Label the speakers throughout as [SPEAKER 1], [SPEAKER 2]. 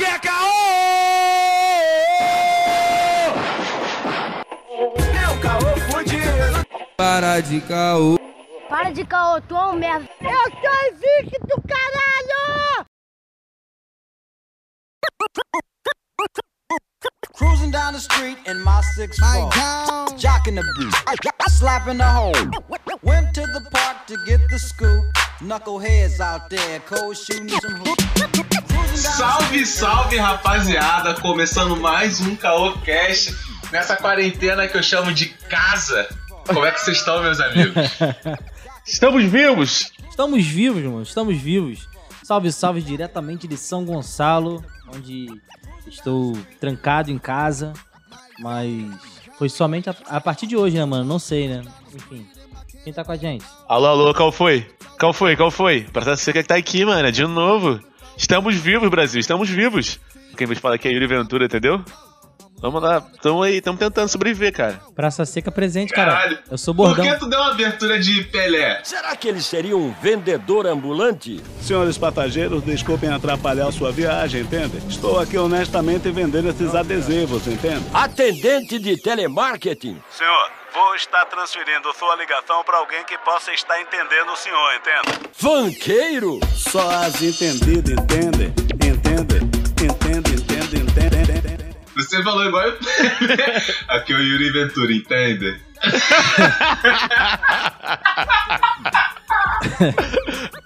[SPEAKER 1] é É
[SPEAKER 2] Para de caô.
[SPEAKER 3] Para de caô, tu é um merda. Eu sou invicto, caralho!
[SPEAKER 4] Cruising down the street in my six four, jocking the beat, I- I- slapping the hole. Went to the park to get the scoop. Knuckleheads out there, cold shooting some hoops. Cruising down the
[SPEAKER 5] Salve, salve rapaziada! Começando mais um Caocast nessa quarentena que eu chamo de casa. Como é que vocês estão, meus amigos? Estamos vivos!
[SPEAKER 6] Estamos vivos, mano. Estamos vivos. Salve, salve diretamente de São Gonçalo, onde estou trancado em casa. Mas foi somente a, a partir de hoje, né, mano? Não sei, né? Enfim. Quem tá com a gente?
[SPEAKER 7] Alô, alô, qual foi? Qual foi? Qual foi? Praça Seca que tá aqui, mano, de novo. Estamos vivos, Brasil, estamos vivos. Quem vos fala aqui é Yuri Ventura, entendeu? Vamos lá, tamo aí, tamo tentando sobreviver, cara.
[SPEAKER 6] Praça Seca presente, cara.
[SPEAKER 5] Caralho.
[SPEAKER 6] Eu sou
[SPEAKER 5] Por
[SPEAKER 6] bordão.
[SPEAKER 5] que tu deu uma abertura de Pelé?
[SPEAKER 1] Será que ele seria um vendedor ambulante?
[SPEAKER 8] Senhores passageiros, desculpem atrapalhar sua viagem, entende? Estou aqui honestamente vendendo esses adesivos, entende?
[SPEAKER 1] Atendente de telemarketing?
[SPEAKER 8] Senhor, vou estar transferindo sua ligação para alguém que possa estar entendendo o senhor, entende?
[SPEAKER 1] Vanqueiro?
[SPEAKER 8] Só as entendidas, entende? Entende? Entende, entende, entende, entende.
[SPEAKER 5] Você falou igual eu. Aqui é o Yuri Ventura, entende?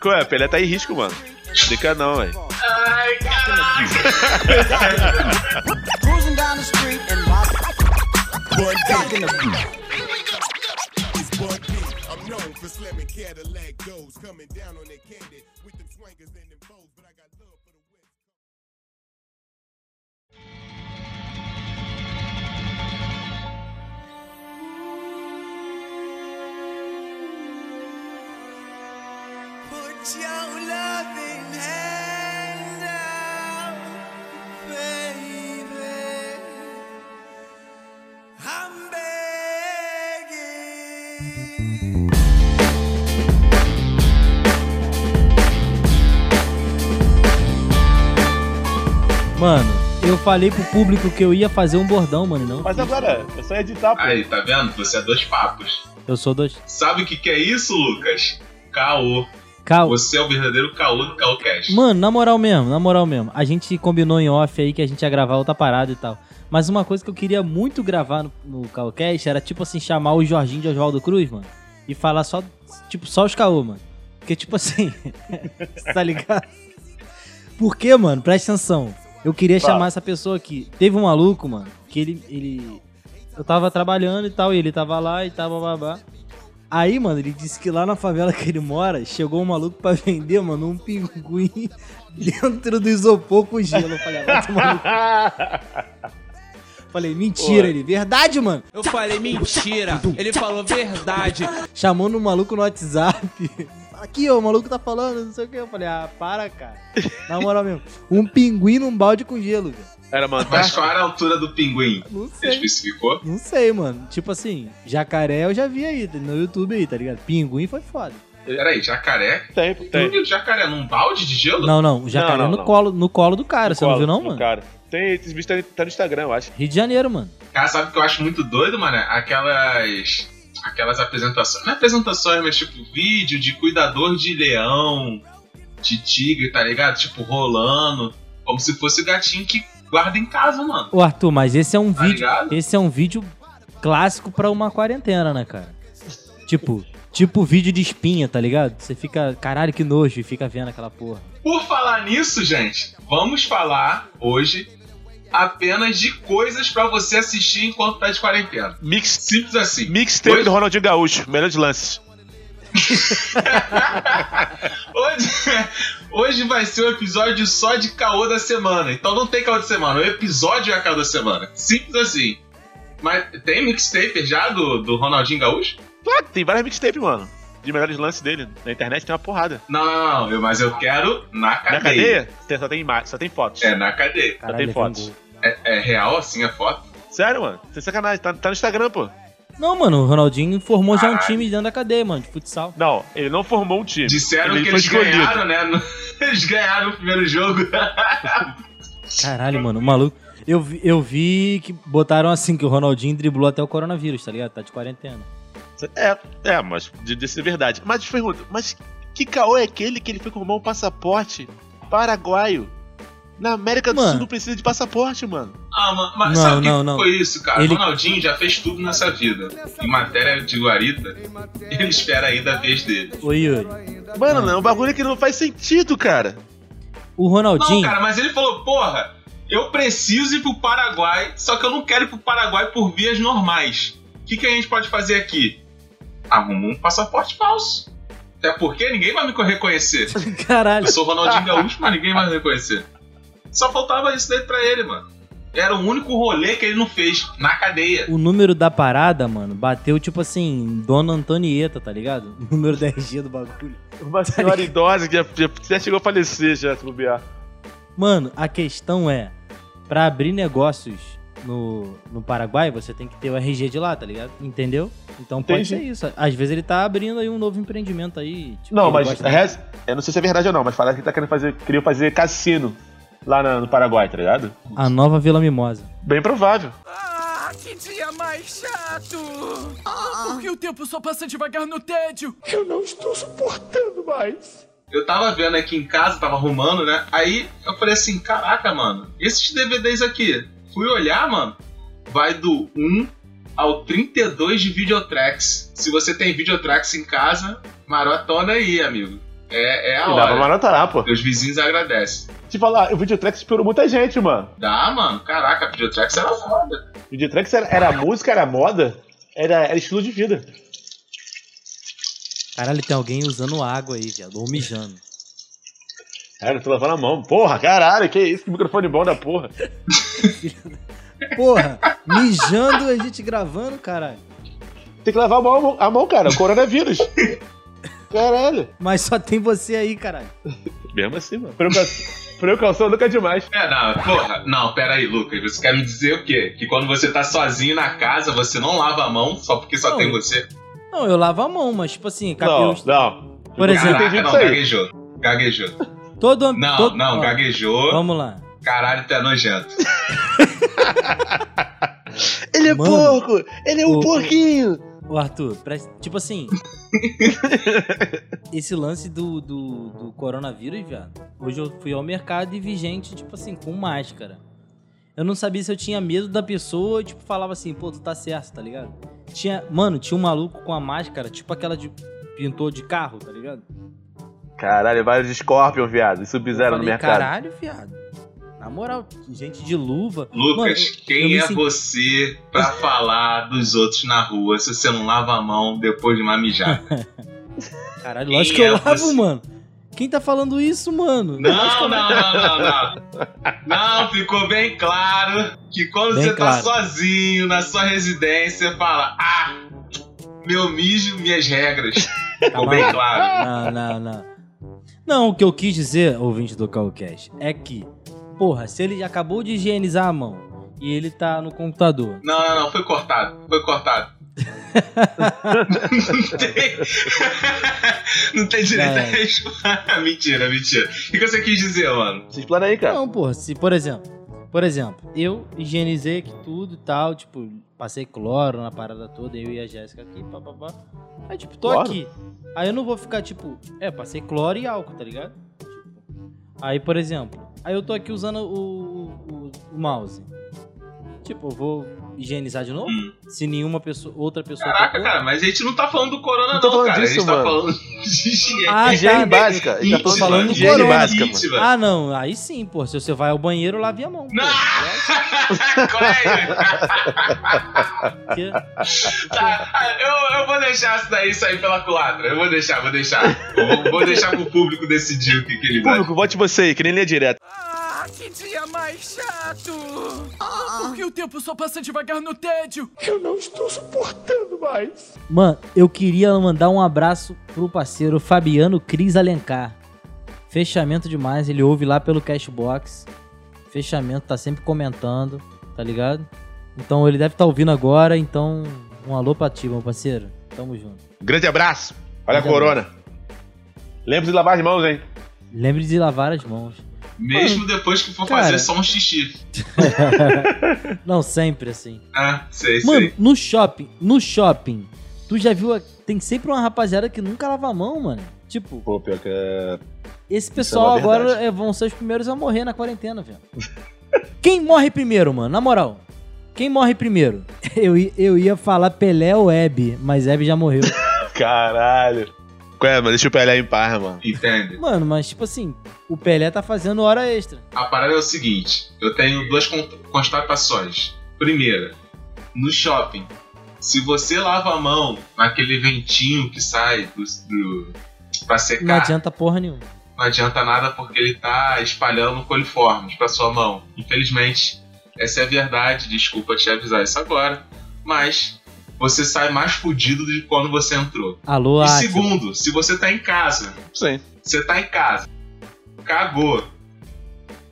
[SPEAKER 7] Qual é? Pelé tá em risco, mano. Fica não, velho.
[SPEAKER 5] Ai, caraca!
[SPEAKER 4] Cruising down the street in my jocking the beat.
[SPEAKER 6] Mano, eu falei pro público que eu ia fazer um bordão, mano. Não.
[SPEAKER 7] Mas agora, é só editar, pô.
[SPEAKER 5] Aí, tá vendo? Você é dois papos.
[SPEAKER 6] Eu sou dois.
[SPEAKER 5] Sabe o que, que é isso, Lucas? Caô.
[SPEAKER 6] Cal.
[SPEAKER 5] Você é o verdadeiro caô do Caocast.
[SPEAKER 6] Mano, na moral mesmo, na moral mesmo. A gente combinou em off aí que a gente ia gravar outra parada e tal. Mas uma coisa que eu queria muito gravar no, no Calcast era, tipo assim, chamar o Jorginho de Oswaldo Cruz, mano. E falar só, tipo, só os caô, mano. Porque, tipo assim, cê tá ligado? Porque, mano, presta atenção. Eu queria
[SPEAKER 7] Fala.
[SPEAKER 6] chamar essa pessoa aqui. Teve um maluco, mano, que ele, ele... Eu tava trabalhando e tal, e ele tava lá e tal, bababá. Aí, mano, ele disse que lá na favela que ele mora, chegou um maluco pra vender, mano, um pinguim dentro do isopor com gelo. Eu falei, ah, vai tomar no cu. Falei, mentira, ele. Verdade, mano.
[SPEAKER 9] Eu falei mentira. Ele falou verdade.
[SPEAKER 6] Chamou no um maluco no WhatsApp. Fala, Aqui, ó, o maluco tá falando, não sei o que. Eu falei, ah, para, cara. Na moral mesmo. Um pinguim num balde com gelo, velho.
[SPEAKER 7] Era, mano,
[SPEAKER 5] Mas qual era a altura do pinguim?
[SPEAKER 6] Não
[SPEAKER 5] Você
[SPEAKER 6] sei.
[SPEAKER 5] especificou?
[SPEAKER 6] Não sei, mano. Tipo assim, jacaré eu já vi aí, no YouTube aí, tá ligado? Pinguim foi foda.
[SPEAKER 5] Peraí, jacaré?
[SPEAKER 7] tem, tem.
[SPEAKER 5] Tem. Jacaré num balde de gelo?
[SPEAKER 6] Não, não, o jacaré
[SPEAKER 7] Não, não,
[SPEAKER 6] no,
[SPEAKER 7] não.
[SPEAKER 6] Colo, no colo do cara, você não
[SPEAKER 7] Cola
[SPEAKER 6] viu não,
[SPEAKER 7] no
[SPEAKER 6] mano?
[SPEAKER 7] Cara. Tem, esses bichos tá- tá no Instagram, eu acho.
[SPEAKER 6] Rio de Janeiro, mano.
[SPEAKER 5] Cara, sabe o que eu acho muito doido, mano? Aquelas. Aquelas apresentações. Não é apresentações, mas tipo vídeo de cuidador de leão, de tigre, tá ligado? Tipo, rolando. Como se fosse o gatinho que guarda em casa, mano.
[SPEAKER 6] Ô, Arthur, mas esse é um
[SPEAKER 5] Tá
[SPEAKER 6] vídeo.
[SPEAKER 5] ligado?
[SPEAKER 6] Esse é um vídeo clássico pra uma quarentena, né, cara? Tipo, tipo vídeo de espinha, tá ligado? Você fica, caralho, que nojo, e fica vendo aquela porra.
[SPEAKER 5] Por falar nisso, gente, vamos falar hoje apenas de coisas pra você assistir enquanto tá de quarentena.
[SPEAKER 7] Mix,
[SPEAKER 5] Simples assim.
[SPEAKER 7] mixtape
[SPEAKER 5] Oi?
[SPEAKER 7] do Ronaldinho Gaúcho, melhor de lances.
[SPEAKER 5] Hoje, hoje vai ser um episódio só de caô da semana. Então não tem caô da semana, o episódio é caô da semana. Simples assim. Mas tem mixtape já do, do Ronaldinho Gaúcho?
[SPEAKER 7] Claro, que tem várias mixtapes, mano. De melhores lances dele. Na internet tem uma porrada.
[SPEAKER 5] Não, não, não. eu- mas eu quero na
[SPEAKER 7] Na
[SPEAKER 5] cadeia.
[SPEAKER 7] cadeia, tem- só tem imagem, só tem fotos.
[SPEAKER 5] É, na cadeia.
[SPEAKER 6] Caralho,
[SPEAKER 7] tem
[SPEAKER 6] levei um
[SPEAKER 7] fotos.
[SPEAKER 6] gol.
[SPEAKER 5] É real assim a foto?
[SPEAKER 7] Sério, mano? Sem sacanagem, tá, tá no Instagram, pô.
[SPEAKER 6] Não, mano, o Ronaldinho formou já um
[SPEAKER 5] Caralho.
[SPEAKER 6] time dentro da cadeia, mano, de futsal.
[SPEAKER 7] Não, ele não formou um time.
[SPEAKER 5] Disseram
[SPEAKER 7] ele
[SPEAKER 5] que
[SPEAKER 7] foi
[SPEAKER 5] eles
[SPEAKER 7] escolhido.
[SPEAKER 5] ganharam, né? No- Eles ganharam o primeiro jogo. Ah,
[SPEAKER 6] Caralho, mano, o maluco. Eu vi, eu vi que botaram assim, que o Ronaldinho driblou até o coronavírus, tá ligado? Tá de quarentena.
[SPEAKER 7] É, é, mas de, de ser verdade. Mas te pergunto, mas que caô é aquele que ele foi arrumar um passaporte paraguaio? Na América do
[SPEAKER 6] Mano.
[SPEAKER 7] Sul não precisa de passaporte, mano.
[SPEAKER 5] Ah, mano, mas
[SPEAKER 6] Não,
[SPEAKER 5] sabe o que
[SPEAKER 6] não, não.
[SPEAKER 5] foi isso, cara?
[SPEAKER 6] Ele-
[SPEAKER 5] Ronaldinho já fez tudo nessa vida. Em matéria de guarita, ele espera ainda a vez dele.
[SPEAKER 6] Ô Yuri,
[SPEAKER 7] Mano, não, é um bagulho que não faz sentido, cara.
[SPEAKER 6] o
[SPEAKER 5] Não,
[SPEAKER 6] Ronaldinho.
[SPEAKER 5] cara, mas ele falou, porra, eu preciso ir pro Paraguai, só que eu não quero ir pro Paraguai por vias normais. O que, que a gente pode fazer aqui? Arruma um passaporte falso. Até porque ninguém vai me co- reconhecer.
[SPEAKER 6] Caralho.
[SPEAKER 5] Eu sou o Ronaldinho Gaúcho, mas ninguém vai me reconhecer. Só faltava isso daí pra ele, mano. Era o único rolê que ele não fez na cadeia.
[SPEAKER 6] O número da parada, mano, bateu tipo assim, Dona Antonieta, tá ligado? O número 10G do bagulho. Tá
[SPEAKER 7] Uma senhora idosa que já, já- já chegou a falecer, já, se bobear.
[SPEAKER 6] Mano, a questão é, pra abrir negócios no, no Paraguai, você tem que ter o RG de lá, tá ligado? Entendeu? Então pode
[SPEAKER 7] Entendi.
[SPEAKER 6] ser isso. Às vezes ele tá abrindo aí um novo empreendimento aí. tipo,
[SPEAKER 7] Não,
[SPEAKER 6] ele
[SPEAKER 7] mas
[SPEAKER 6] gosta-
[SPEAKER 7] res- eu não sei se é verdade ou não, mas falaram que tá querendo fazer, queriam fazer cassino lá na- no Paraguai, tá ligado?
[SPEAKER 6] A nova Vila Mimosa.
[SPEAKER 7] Bem provável.
[SPEAKER 9] Ah, que dia mais chato! Ah, porque o tempo só passa devagar no tédio!
[SPEAKER 5] Eu tava vendo aqui em casa, tava arrumando, né? Aí eu falei assim, caraca, mano, esses DVDs aqui, fui olhar, mano, vai do 1 ao 32 de videotracks. Se você tem videotracks em casa, marotona aí, amigo. É, é a
[SPEAKER 7] E dá pra
[SPEAKER 5] hora.
[SPEAKER 7] maratonar, pô.
[SPEAKER 5] Meus vizinhos agradecem.
[SPEAKER 7] Te falar, o Videotrex inspirou muita gente, mano.
[SPEAKER 5] Dá, mano, caraca, videotracks era foda.
[SPEAKER 7] O Videotrex era, era música, era moda, era, era estilo de vida.
[SPEAKER 6] Caralho, tem alguém usando água aí, viado, ou mijando.
[SPEAKER 7] Cara, eu tô lavando a mão. Porra, caralho, que isso? Que microfone bom da porra.
[SPEAKER 6] Porra, mijando a gente gravando, caralho.
[SPEAKER 7] Tem que lavar a mão, a mão cara. Coronavírus. Caralho.
[SPEAKER 6] Mas só tem você aí, caralho.
[SPEAKER 7] Mesmo assim, mano. Precaução, precaução nunca é demais.
[SPEAKER 5] É, não, porra, não, pera aí, Lucas, você quer me dizer o quê? Que quando você tá sozinho na casa, você não lava a mão só porque só
[SPEAKER 6] Não,
[SPEAKER 5] tem você?
[SPEAKER 6] Não, eu lavo a mão, mas tipo assim,
[SPEAKER 7] Não,
[SPEAKER 6] capiúcho.
[SPEAKER 7] não.
[SPEAKER 6] Por exemplo,
[SPEAKER 5] Caraca,
[SPEAKER 7] entendi
[SPEAKER 5] não,
[SPEAKER 7] isso aí.
[SPEAKER 5] gaguejou. Gaguejou.
[SPEAKER 6] todo ambi-
[SPEAKER 5] Não,
[SPEAKER 6] todo-
[SPEAKER 5] não,
[SPEAKER 6] ó,
[SPEAKER 5] gaguejou.
[SPEAKER 6] Vamos lá.
[SPEAKER 5] Caralho, tu é nojento.
[SPEAKER 7] Ele é
[SPEAKER 6] Mano,
[SPEAKER 7] porco! Ele é um
[SPEAKER 6] o-
[SPEAKER 7] porquinho!
[SPEAKER 6] Ô, Arthur, presta- tipo assim. esse lance do, do, do coronavírus, viado. Hoje eu fui ao mercado e vi gente, tipo assim, com máscara. Eu não sabia se eu tinha medo da pessoa, tipo, falava assim, pô, tu tá certo, tá ligado? Tinha, mano, tinha um maluco com a máscara, tipo aquela de pintor de carro, tá ligado?
[SPEAKER 7] Caralho, vários Scorpion, viado. E Sub-Zero no
[SPEAKER 6] Falei,
[SPEAKER 7] mercado.
[SPEAKER 6] Caralho, viado. Na moral, gente de luva.
[SPEAKER 5] Lucas,
[SPEAKER 6] Mano, eu- eu
[SPEAKER 5] quem
[SPEAKER 6] me
[SPEAKER 5] é
[SPEAKER 6] senti-
[SPEAKER 5] você pra falar dos outros na rua se você não lava a mão depois de uma mijada?
[SPEAKER 6] Caralho,
[SPEAKER 5] Quem
[SPEAKER 6] lógico que eu
[SPEAKER 5] é
[SPEAKER 6] lavo,
[SPEAKER 5] você?
[SPEAKER 6] mano. Quem tá falando isso, mano? Lógico
[SPEAKER 5] Não,
[SPEAKER 6] que
[SPEAKER 5] não,
[SPEAKER 6] eu lavo.
[SPEAKER 5] não, não, não. Não, ficou bem claro que quando
[SPEAKER 6] Bem
[SPEAKER 5] você tá
[SPEAKER 6] claro.
[SPEAKER 5] sozinho na sua residência, você fala: Ah, meu mijo, minhas regras. Ficou tá bem
[SPEAKER 6] maluco.
[SPEAKER 5] claro.
[SPEAKER 6] Não, não, não. Não, o que eu quis dizer, ouvinte do Calcast, é que, porra, se ele acabou de higienizar a mão e ele tá no computador.
[SPEAKER 5] Não, não, não, foi cortado, foi cortado. não, tem... não tem direito
[SPEAKER 6] Já
[SPEAKER 5] a
[SPEAKER 6] é.
[SPEAKER 5] resposta. mentira, mentira. O que você quis dizer, mano?
[SPEAKER 7] Se explana aí, cara.
[SPEAKER 6] Não, porra, se, por exemplo, por exemplo, eu higienizei aqui tudo e tal, tipo, passei cloro na parada toda, eu e a Jéssica aqui, papapá. Aí, tipo, tô
[SPEAKER 7] Cloro?
[SPEAKER 6] aqui. Aí eu não vou ficar, tipo, é, passei cloro e álcool, tá ligado? Tipo, aí, por exemplo, aí eu tô aqui usando o, o- o mouse. Tipo, eu vou higienizar de novo?
[SPEAKER 5] Hum.
[SPEAKER 6] Se nenhuma pessoa, outra pessoa.
[SPEAKER 5] Caraca,
[SPEAKER 6] tocou?
[SPEAKER 5] cara, mas a gente não tá falando do corona,
[SPEAKER 7] Não
[SPEAKER 5] não,
[SPEAKER 7] tô falando
[SPEAKER 5] cara.
[SPEAKER 7] disso,
[SPEAKER 5] a gente tá
[SPEAKER 7] mano.
[SPEAKER 5] falando de higiene.
[SPEAKER 6] Ah,
[SPEAKER 7] higiene
[SPEAKER 6] tá.
[SPEAKER 7] básica. Ele tá
[SPEAKER 5] Íntima,
[SPEAKER 7] todo falando de
[SPEAKER 6] Íntima.
[SPEAKER 7] higiene básica, mano.
[SPEAKER 5] íntima.
[SPEAKER 6] Ah, não, aí sim, pô. Se você vai ao banheiro, lave a mão. pô.
[SPEAKER 5] Qual é?
[SPEAKER 6] Porque-
[SPEAKER 5] Tá, ah, eu, eu vou deixar isso daí sair pela culatra. Eu vou deixar, vou deixar. Eu vou, vou deixar pro público decidir o que, que ele vai.
[SPEAKER 7] Público, vote você aí, que nem lê direto.
[SPEAKER 9] Ah, que dia mais chato! Ah, porque o tempo só passa devagar no tédio!
[SPEAKER 6] Mano, eu queria mandar um abraço pro parceiro Fabiano Cris Alencar. Fechamento demais, ele ouve lá pelo Cashbox. Fechamento, tá sempre comentando, tá ligado? Então ele deve estar ouvindo agora, então um alô pra ti, meu parceiro. Tamo junto.
[SPEAKER 7] Grande abraço. Olha a
[SPEAKER 6] Grande
[SPEAKER 7] corona. Lembre-se de lavar as mãos, hein?
[SPEAKER 6] Lembre de lavar as mãos.
[SPEAKER 5] Mesmo depois que for
[SPEAKER 6] Cara.
[SPEAKER 5] fazer só um xixi.
[SPEAKER 6] Não sempre assim.
[SPEAKER 5] Ah, sei,
[SPEAKER 6] Mano,
[SPEAKER 5] sei.
[SPEAKER 6] no shopping, no shopping, Tu já viu. a- Tem sempre uma rapaziada que nunca lava a mão, mano. Tipo,
[SPEAKER 2] Pô, pior que é.
[SPEAKER 6] esse
[SPEAKER 2] é
[SPEAKER 6] pessoal
[SPEAKER 2] uma verdade.
[SPEAKER 6] agora é, vão ser os primeiros a morrer na quarentena, velho. Quem morre primeiro, mano? Na moral. Quem morre primeiro? Eu, i- eu ia falar Pelé ou Hebe, mas Hebe já morreu.
[SPEAKER 7] Caralho. Qual é, mano? Deixa o Pelé em paz, mano.
[SPEAKER 5] Entende?
[SPEAKER 6] Mano, mas tipo assim, o Pelé tá fazendo hora extra.
[SPEAKER 5] A parada é o seguinte: eu tenho duas con- constatações. Primeira, no shopping, se você lava a mão naquele ventinho que sai do, do, pra secar,
[SPEAKER 6] Não adianta porra nenhuma.
[SPEAKER 5] não adianta nada porque ele tá espalhando coliformes pra sua mão. Infelizmente, essa é a verdade. Desculpa te avisar isso agora, mas você sai mais fudido do que quando você entrou.
[SPEAKER 6] Alô,
[SPEAKER 5] E
[SPEAKER 6] Átila.
[SPEAKER 5] segundo, se você tá em casa
[SPEAKER 7] Sim.
[SPEAKER 5] você tá em casa, cagou,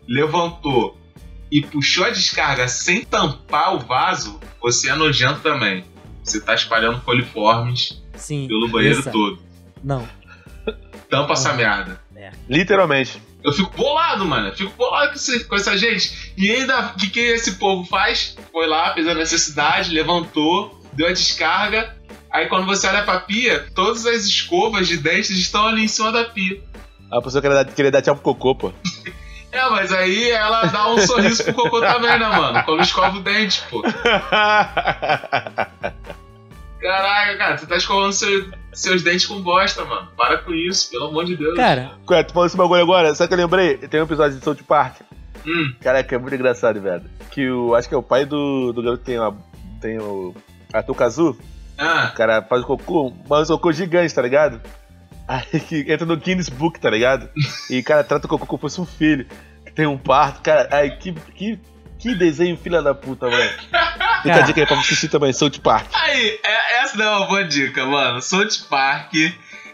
[SPEAKER 5] levantou e puxou a descarga sem tampar o vaso, você é nojento também. Você tá espalhando coliformes
[SPEAKER 6] Sim.
[SPEAKER 5] pelo banheiro
[SPEAKER 6] essa.
[SPEAKER 5] todo.
[SPEAKER 6] Não.
[SPEAKER 5] Tampa essa merda.
[SPEAKER 7] Literalmente.
[SPEAKER 5] Eu fico bolado, mano. Eu fico bolado com, esse- com essa gente. E ainda, o que, que esse povo faz? Foi lá, fez a necessidade, levantou, deu a descarga. Aí quando você olha pra pia, todas as escovas de dentes estão ali em cima da pia.
[SPEAKER 7] A pessoa queria dar, queria dar tchau pro cocô, pô.
[SPEAKER 5] É, mas aí ela dá um sorriso pro cocô também, né, mano? Quando escova o dente, pô. Caraca, cara, tu tá escovando seu- seus dentes com bosta, mano. Para com isso, pelo amor de Deus.
[SPEAKER 6] Cara,
[SPEAKER 7] Ué, tu falou esse bagulho agora? Sabe o que eu lembrei? Tem um episódio de South Park.
[SPEAKER 5] Hum,
[SPEAKER 7] Caraca, é muito engraçado, velho. Que o. Acho que é o pai do, do garoto que tem, uma, tem o. A Tukazu.
[SPEAKER 5] ah,
[SPEAKER 7] O cara faz o cocô, mas o cocô gigante, tá ligado? Aí que entra no Guinness Book, tá ligado? E, cara, trata o cocô como fosse um filho. Que tem um parto, cara. Ai, que. que que desenho, filha da puta, mano. Fica a dica aí pra você assistir também, South Park.
[SPEAKER 5] aí, é- essa não é uma boa dica, mano. South Park,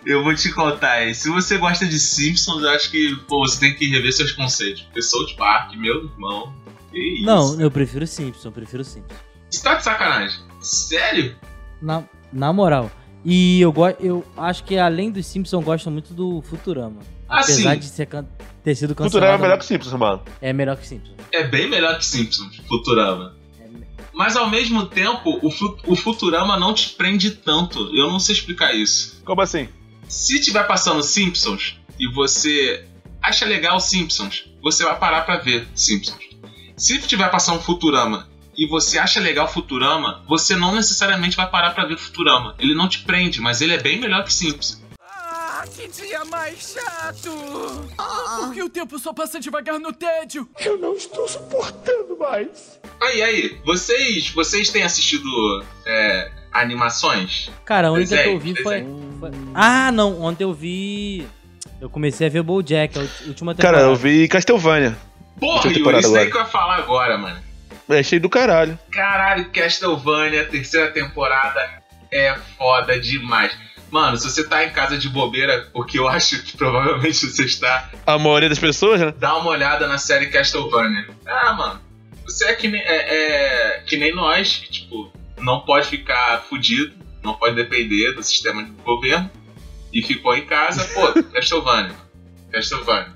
[SPEAKER 5] eu vou te contar aí. Se você gosta de Simpsons, eu acho que pô, você tem que rever seus conceitos. Porque South Park, meu irmão, que isso.
[SPEAKER 6] não, eu prefiro Simpson, eu prefiro Simpson.
[SPEAKER 5] Você tá de sacanagem. Sério?
[SPEAKER 6] Na, na moral. E eu, go eu acho que além dos Simpsons, eu gosto muito do Futurama.
[SPEAKER 5] Ah,
[SPEAKER 6] Apesar
[SPEAKER 5] sim.
[SPEAKER 6] de ser can- ter sido
[SPEAKER 7] Futurama
[SPEAKER 6] cancelado.
[SPEAKER 7] é melhor que Simpsons, mano.
[SPEAKER 6] é melhor que Simpsons.
[SPEAKER 5] É bem melhor que Simpsons, Futurama.
[SPEAKER 6] É
[SPEAKER 5] Mas ao mesmo tempo, o, Fu- o Futurama não te prende tanto. Eu não sei explicar isso.
[SPEAKER 7] Como assim?
[SPEAKER 5] Se tiver passando Simpsons e você acha legal Simpsons, você vai parar pra ver Simpsons. Se tiver passando Futurama e você acha legal Futurama, você não necessariamente vai parar pra ver Futurama. Ele não te prende, mas ele é bem melhor que Simpsons.
[SPEAKER 9] Ah, que dia mais chato! Ah, por que o tempo só passa devagar no tédio?
[SPEAKER 5] Aí, Ah, aí, vocês, vocês têm assistido é, animações?
[SPEAKER 6] Cara, a única que eu
[SPEAKER 5] Desenho,
[SPEAKER 6] vi foi,
[SPEAKER 5] desenho.
[SPEAKER 6] foi- Ah, não. Ontem eu vi. Eu comecei a ver o Jack, a ult- última temporada.
[SPEAKER 5] É.
[SPEAKER 7] Cara, eu vi Castlevania.
[SPEAKER 5] Porra,
[SPEAKER 7] Última
[SPEAKER 5] Yuri,
[SPEAKER 7] temporada
[SPEAKER 5] isso aí
[SPEAKER 7] agora.
[SPEAKER 5] que eu ia falar agora, mano.
[SPEAKER 7] É cheio do caralho.
[SPEAKER 5] Caralho, Castlevania, terceira temporada é foda demais. Mano, se você tá em casa de bobeira, o que eu acho que provavelmente você está,
[SPEAKER 7] A maioria das pessoas, né?
[SPEAKER 5] dá uma olhada na série Castlevania. Ah, mano, você é que nem, é- é que nem nós, que, tipo, não pode ficar fudido, não pode depender do sistema de governo, e ficou em casa, pô, Castlevania, Castlevania,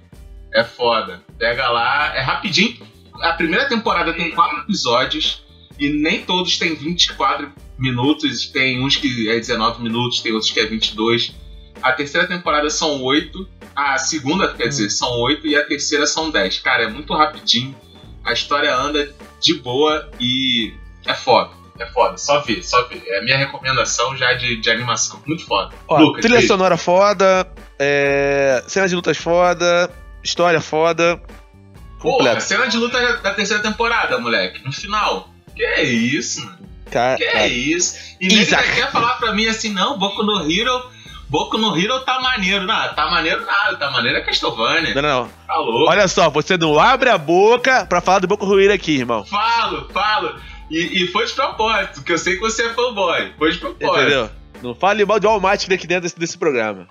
[SPEAKER 5] é foda. Pega lá, é rapidinho, a primeira temporada tem quatro episódios e nem todos têm 24 minutos. Tem uns que é 19 minutos, tem outros que é 22. A terceira temporada são oito. A segunda, quer
[SPEAKER 7] Hum.
[SPEAKER 5] dizer, são oito e a terceira são 10. Cara, é muito rapidinho. A história anda de boa e é foda. É foda. Só ver, só ver. É a minha recomendação já de, de animação. Muito foda.
[SPEAKER 7] Ó,
[SPEAKER 5] Lucas, é
[SPEAKER 7] trilha
[SPEAKER 5] beijo.
[SPEAKER 7] sonora foda, é, cenas de lutas foda, história foda.
[SPEAKER 5] Porra,
[SPEAKER 7] Completo.
[SPEAKER 5] cena de luta da- da terceira temporada, moleque. No final. Que é isso, mano.
[SPEAKER 7] Cara,
[SPEAKER 5] Que é isso? E ele
[SPEAKER 7] Isaac.
[SPEAKER 5] quer falar pra mim assim, não, Boku no Hero. Boku no Hero tá maneiro. Não, tá maneiro nada, tá maneiro é Castlevania.
[SPEAKER 7] Não, não, não.
[SPEAKER 5] Tá louco.
[SPEAKER 7] Olha só, você não abre a boca pra falar do Boku Ruir aqui, irmão.
[SPEAKER 5] Falo, falo. E, e foi de propósito, que eu sei que você é fanboy. Foi de propósito.
[SPEAKER 7] Entendeu? Não fale mal de All Might aqui dentro desse, desse programa.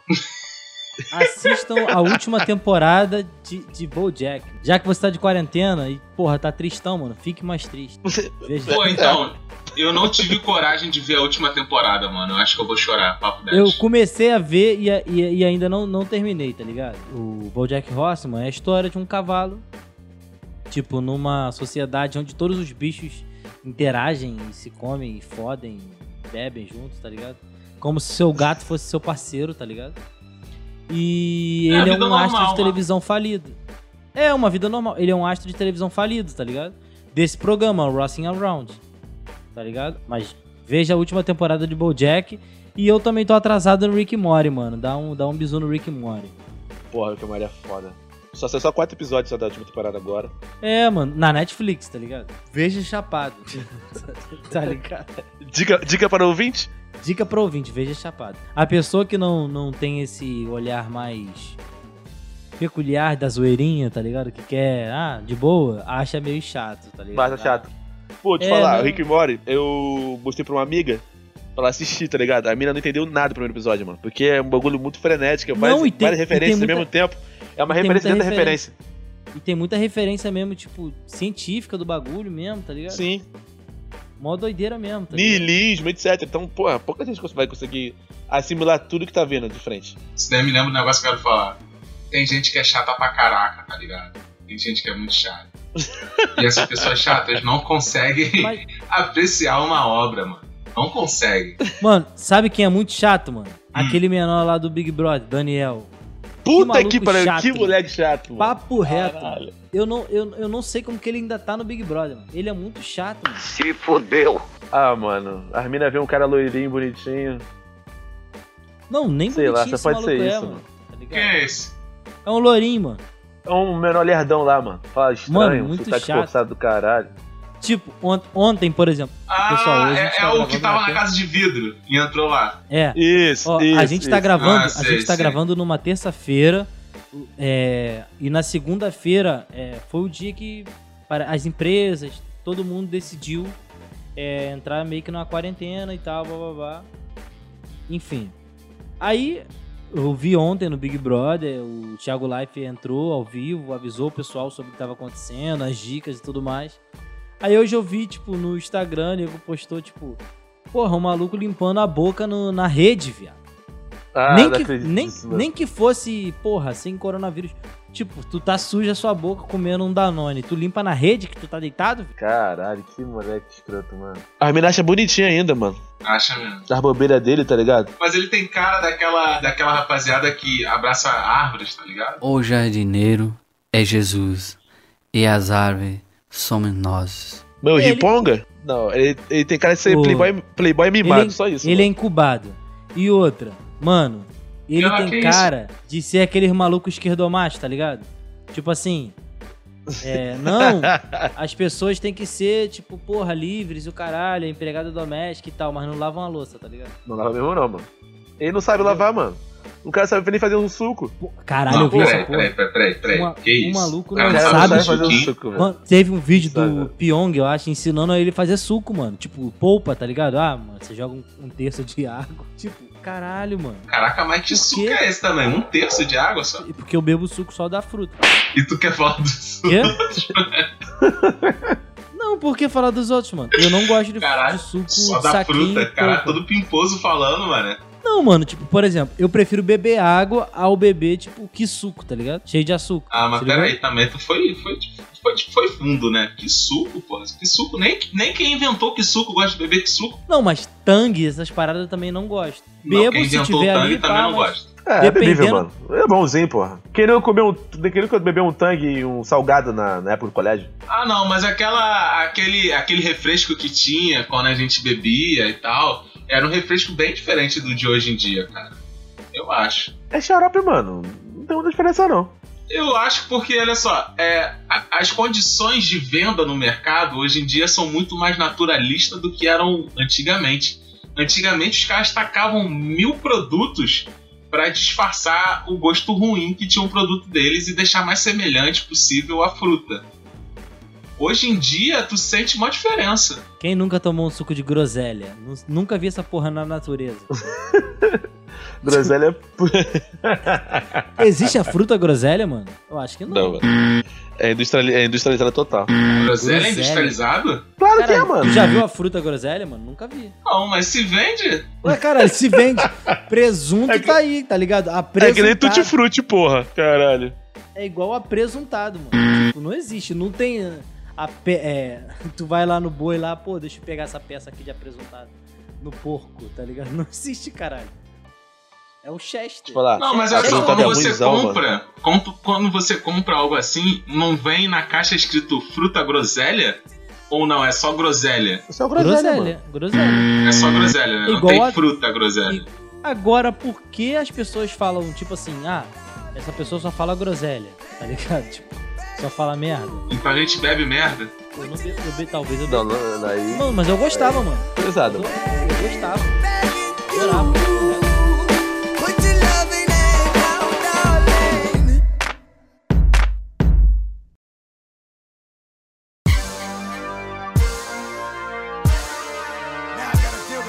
[SPEAKER 6] Assistam a última temporada de, de Bojack. Já que você tá de quarentena e, porra, tá tristão, mano. Fique mais triste. Veja.
[SPEAKER 5] Pô, então, eu não tive coragem de ver a última temporada, mano. Eu acho que eu vou chorar, papo 10.
[SPEAKER 6] Eu comecei a ver e, a- e- e ainda não, não terminei, tá ligado? O Bojack Horseman é a história de um cavalo, tipo, numa sociedade onde todos os bichos interagem e se comem e fodem, bebem juntos, tá ligado? Como se seu gato fosse seu parceiro, tá ligado? E
[SPEAKER 5] É a
[SPEAKER 6] ele é um
[SPEAKER 5] vida normal,
[SPEAKER 6] astro de
[SPEAKER 5] mano.
[SPEAKER 6] televisão falido. É uma vida normal. Ele é um astro de televisão falido, tá ligado? Desse programa, o Rossing Around. Tá ligado? Mas veja a última temporada de BoJack. E eu também tô atrasado no Rick and Morty, mano. Dá um, dá um bisu no Rick and Morty.
[SPEAKER 2] Porra, que Maria é foda. Só saiu só quatro episódios só da última temporada agora.
[SPEAKER 6] É, mano. Na Netflix, tá ligado? Veja Chapado. tá ligado?
[SPEAKER 7] Dica, dica para o ouvinte?
[SPEAKER 6] Dica pro ouvinte, veja chapado. A pessoa que não, não tem esse olhar mais peculiar da zoeirinha, tá ligado? Que quer, ah, de boa, acha meio chato, tá ligado?
[SPEAKER 2] Basta chato. Ah. Pô, te
[SPEAKER 6] É,
[SPEAKER 2] falar,
[SPEAKER 6] não.
[SPEAKER 2] o Rick e Morty, eu mostrei pra uma amiga pra ela assistir, tá ligado? A mina não entendeu nada do primeiro episódio, mano. Porque é um bagulho muito frenético, é
[SPEAKER 6] Não,
[SPEAKER 2] várias,
[SPEAKER 6] e tem-
[SPEAKER 2] várias
[SPEAKER 6] e tem
[SPEAKER 2] referências
[SPEAKER 6] muita-
[SPEAKER 2] ao mesmo tempo. É uma
[SPEAKER 6] e tem
[SPEAKER 2] referência
[SPEAKER 6] muita
[SPEAKER 2] dentro da referência.
[SPEAKER 6] E tem muita referência mesmo, tipo, científica do bagulho mesmo, tá ligado?
[SPEAKER 2] Sim.
[SPEAKER 6] Mó doideira mesmo, tá ligado?
[SPEAKER 2] Nihilismo, etc. Então, porra, pouca gente vai conseguir assimilar tudo que tá vendo de frente.
[SPEAKER 5] Isso daí me lembra um negócio que eu quero falar. Tem gente que é chata pra caraca, tá ligado? Tem gente que é muito chata. E essas pessoas chatas não conseguem
[SPEAKER 6] Mas-
[SPEAKER 5] apreciar uma obra, mano. Não conseguem.
[SPEAKER 6] Mano, sabe quem é muito chato, mano?
[SPEAKER 2] Hum.
[SPEAKER 6] Aquele menor lá do Big Brother, Daniel.
[SPEAKER 2] Puta
[SPEAKER 6] maluco
[SPEAKER 2] que, pariu,
[SPEAKER 6] chato,
[SPEAKER 2] que
[SPEAKER 6] mano.
[SPEAKER 2] moleque chato, mano.
[SPEAKER 6] Papo reto.
[SPEAKER 2] Caralho.
[SPEAKER 6] Eu não, eu, eu não sei como que ele ainda tá no Big Brother, mano. Ele é muito chato, mano.
[SPEAKER 2] Ah, mano, a mina vê um cara loirinho, bonitinho.
[SPEAKER 6] Não, nem
[SPEAKER 2] Sei lá,
[SPEAKER 6] bonitinho
[SPEAKER 2] só pode
[SPEAKER 6] esse maluco
[SPEAKER 2] ser
[SPEAKER 6] é,
[SPEAKER 2] isso,
[SPEAKER 6] mano. Tá ligado?
[SPEAKER 5] Quem é esse?
[SPEAKER 6] É um lourinho, mano.
[SPEAKER 2] É um menor lerdão lá, mano. Fala estranho, um
[SPEAKER 6] Mano, muito
[SPEAKER 2] sotaque
[SPEAKER 6] chato.
[SPEAKER 2] forçado do caralho.
[SPEAKER 6] Tipo, ont- ontem, por exemplo.
[SPEAKER 5] Ah,
[SPEAKER 6] Pessoal, hoje a gente
[SPEAKER 5] é, é
[SPEAKER 6] tá
[SPEAKER 5] o que
[SPEAKER 6] gravando
[SPEAKER 5] tava
[SPEAKER 6] na
[SPEAKER 5] na casa de vidro e entrou lá.
[SPEAKER 6] É.
[SPEAKER 2] Isso,
[SPEAKER 6] Ó,
[SPEAKER 2] isso.
[SPEAKER 6] a gente tá
[SPEAKER 2] isso.
[SPEAKER 6] gravando,
[SPEAKER 5] Ah,
[SPEAKER 6] a
[SPEAKER 5] sei,
[SPEAKER 6] gente tá
[SPEAKER 5] sei.
[SPEAKER 6] gravando numa terça-feira. é, e na segunda-feira é, foi o dia que para as empresas, todo mundo decidiu é, entrar meio que numa quarentena e tal, blá blá blá. Enfim. Aí eu vi ontem no Big Brother, o Thiago Life entrou ao vivo, avisou o pessoal sobre o que tava acontecendo, as dicas e tudo mais. Aí hoje eu vi, tipo, no Instagram, ele postou, tipo, porra, um maluco limpando a boca no- na rede, viado.
[SPEAKER 2] Ah,
[SPEAKER 6] nem,
[SPEAKER 2] não
[SPEAKER 6] que,
[SPEAKER 2] acredito
[SPEAKER 6] nem,
[SPEAKER 2] nisso, mano.
[SPEAKER 6] nem que fosse, porra, sem coronavírus. Tipo, tu tá suja a sua boca comendo um Danone. Tu limpa na rede que tu tá deitado? viado?
[SPEAKER 2] Caralho, que moleque escroto, mano. A mina acha bonitinha ainda, mano.
[SPEAKER 5] Acha mesmo.
[SPEAKER 2] As bobeiras dele, tá ligado?
[SPEAKER 5] Mas ele tem cara daquela, daquela rapaziada que abraça árvores, tá ligado?
[SPEAKER 10] O jardineiro é Jesus e as árvores somos nós.
[SPEAKER 2] Meu,
[SPEAKER 6] Ele-
[SPEAKER 2] riponga? Não, ele, ele tem cara de ser
[SPEAKER 6] Pô.
[SPEAKER 2] playboy, playboy mimado,
[SPEAKER 6] Ele é-
[SPEAKER 2] só isso.
[SPEAKER 6] ele é
[SPEAKER 2] mano.
[SPEAKER 6] incubado. E outra, mano, ele
[SPEAKER 5] Ah, que
[SPEAKER 6] tem cara de ser aqueles malucos esquerdomacho, tá ligado? Tipo assim. É, não, as pessoas têm que ser, tipo, porra, livres, o caralho, é empregada doméstica e tal, mas não lavam a louça, tá ligado?
[SPEAKER 2] Não lava mesmo não, mano. Ele é- não sabe lavar, mano. O cara sabe nem fazer um suco.
[SPEAKER 6] Pô, Caralho, Ah, eu vi essa
[SPEAKER 5] peraí,
[SPEAKER 6] porra.
[SPEAKER 5] peraí, peraí, peraí.
[SPEAKER 6] Uma-
[SPEAKER 5] que isso?
[SPEAKER 6] um maluco
[SPEAKER 5] O cara
[SPEAKER 6] não
[SPEAKER 2] O cara
[SPEAKER 6] sabe
[SPEAKER 2] não sabe
[SPEAKER 5] fazer
[SPEAKER 2] fazer um
[SPEAKER 5] suquinho.
[SPEAKER 2] suco, velho.
[SPEAKER 6] Mano, teve um vídeo do
[SPEAKER 2] Sabe?
[SPEAKER 6] Pyong, eu acho, ensinando ele a fazer suco, mano. Tipo, polpa, tá ligado? Ah, mano, você joga um, um terço de água. Tipo, caralho, mano.
[SPEAKER 5] Caraca, mas que
[SPEAKER 6] Por
[SPEAKER 5] suco
[SPEAKER 6] quê?
[SPEAKER 5] é esse também? Um terço de água só?
[SPEAKER 6] E Porque eu bebo suco só da fruta.
[SPEAKER 5] E tu quer falar do suco?
[SPEAKER 6] Quê? não, por que falar dos outros, mano? Eu não gosto de,
[SPEAKER 5] Caralho,
[SPEAKER 6] de suco
[SPEAKER 5] Só da
[SPEAKER 6] saquinho.
[SPEAKER 5] fruta,
[SPEAKER 6] e
[SPEAKER 5] cara,
[SPEAKER 6] polpa.
[SPEAKER 5] todo pimposo falando, mano.
[SPEAKER 6] Não, mano, tipo, por exemplo, eu prefiro beber água ao beber, tipo, que suco, tá ligado? Cheio de açúcar. Tá
[SPEAKER 5] Ah, mas
[SPEAKER 6] Se ligou?
[SPEAKER 5] peraí, também tu foi, foi, foi, foi fundo, né? Que suco, porra. Que suco. Nem, nem quem inventou que suco gosta de beber que suco.
[SPEAKER 6] Não, mas tangue, essas paradas eu também não gosto.
[SPEAKER 5] não,
[SPEAKER 6] Bebo
[SPEAKER 5] quem
[SPEAKER 6] se
[SPEAKER 5] inventou o
[SPEAKER 6] tiver
[SPEAKER 5] tangue
[SPEAKER 6] ali,
[SPEAKER 5] também
[SPEAKER 6] pá,
[SPEAKER 5] não
[SPEAKER 6] mas-
[SPEAKER 5] gosta.
[SPEAKER 2] É, é bebível,
[SPEAKER 6] Dependendo-
[SPEAKER 2] mano. É bonzinho, porra. Quem nunca comeu um, quem nunca bebeu um tangue e um salgado na, na época do colégio?
[SPEAKER 5] Ah, não, mas aquela, aquele, aquele refresco que tinha quando a gente bebia e tal, era um refresco bem diferente do de hoje em dia, cara. Eu acho.
[SPEAKER 2] É xarope, mano. Não tem muita diferença, não.
[SPEAKER 5] Eu acho porque, olha só, é, a- as condições de venda no mercado hoje em dia são muito mais naturalistas do que eram antigamente. Antigamente os caras tacavam mil produtos para disfarçar o gosto ruim que tinha um produto deles e deixar mais semelhante possível à fruta. Hoje em dia tu sente uma diferença.
[SPEAKER 6] Quem nunca tomou um suco de groselha? Nu- Nunca vi essa porra na natureza.
[SPEAKER 2] Groselha é. pu-
[SPEAKER 6] Existe a fruta groselha, mano? Eu acho que não.
[SPEAKER 2] não, mano. É, industriali- é industrializada total.
[SPEAKER 5] Groselha
[SPEAKER 6] Groselha?
[SPEAKER 5] é industrializado?
[SPEAKER 2] Claro que é,
[SPEAKER 6] Caralho,
[SPEAKER 2] mano.
[SPEAKER 6] tu já viu a fruta groselha, mano? Nunca vi.
[SPEAKER 5] Não, mas se vende.
[SPEAKER 6] Ué, caralho, se vende presunto, tá aí, tá ligado?
[SPEAKER 2] É que nem
[SPEAKER 6] Apresuntado.
[SPEAKER 2] tutti frutti, porra. Caralho.
[SPEAKER 6] É igual apresuntado, mano. Tipo, não existe, não tem... A pe- é, tu vai lá no boi lá, pô, deixa eu pegar essa peça aqui de apresuntado. no porco, tá ligado? Não existe, caralho. É o Chester.
[SPEAKER 2] falar.
[SPEAKER 5] Não, mas olha
[SPEAKER 2] Sabe
[SPEAKER 5] só,
[SPEAKER 2] qual que
[SPEAKER 5] quando
[SPEAKER 2] é
[SPEAKER 5] você
[SPEAKER 2] ruimzão, mano?
[SPEAKER 5] compra, quando, quando você compra algo assim, não vem na caixa escrito fruta groselha? Ou não, é só groselha?
[SPEAKER 2] Isso é o groselha, mano.
[SPEAKER 6] Groselha, groselha.
[SPEAKER 5] É só groselha, né? Não
[SPEAKER 6] Igual
[SPEAKER 5] tem
[SPEAKER 6] a-
[SPEAKER 5] fruta groselha.
[SPEAKER 6] Agora, por que as pessoas falam, tipo assim, ah, essa pessoa só fala groselha, tá ligado? Tipo, só fala merda.
[SPEAKER 5] Então a gente bebe merda.
[SPEAKER 6] Eu não bebo, eu be- talvez eu
[SPEAKER 2] Não,
[SPEAKER 6] beba.
[SPEAKER 2] não, não, aí.
[SPEAKER 6] Mano, mas eu gostava, mano.
[SPEAKER 2] Pesado.
[SPEAKER 6] Eu,
[SPEAKER 2] mano.
[SPEAKER 6] eu gostava. Adorava.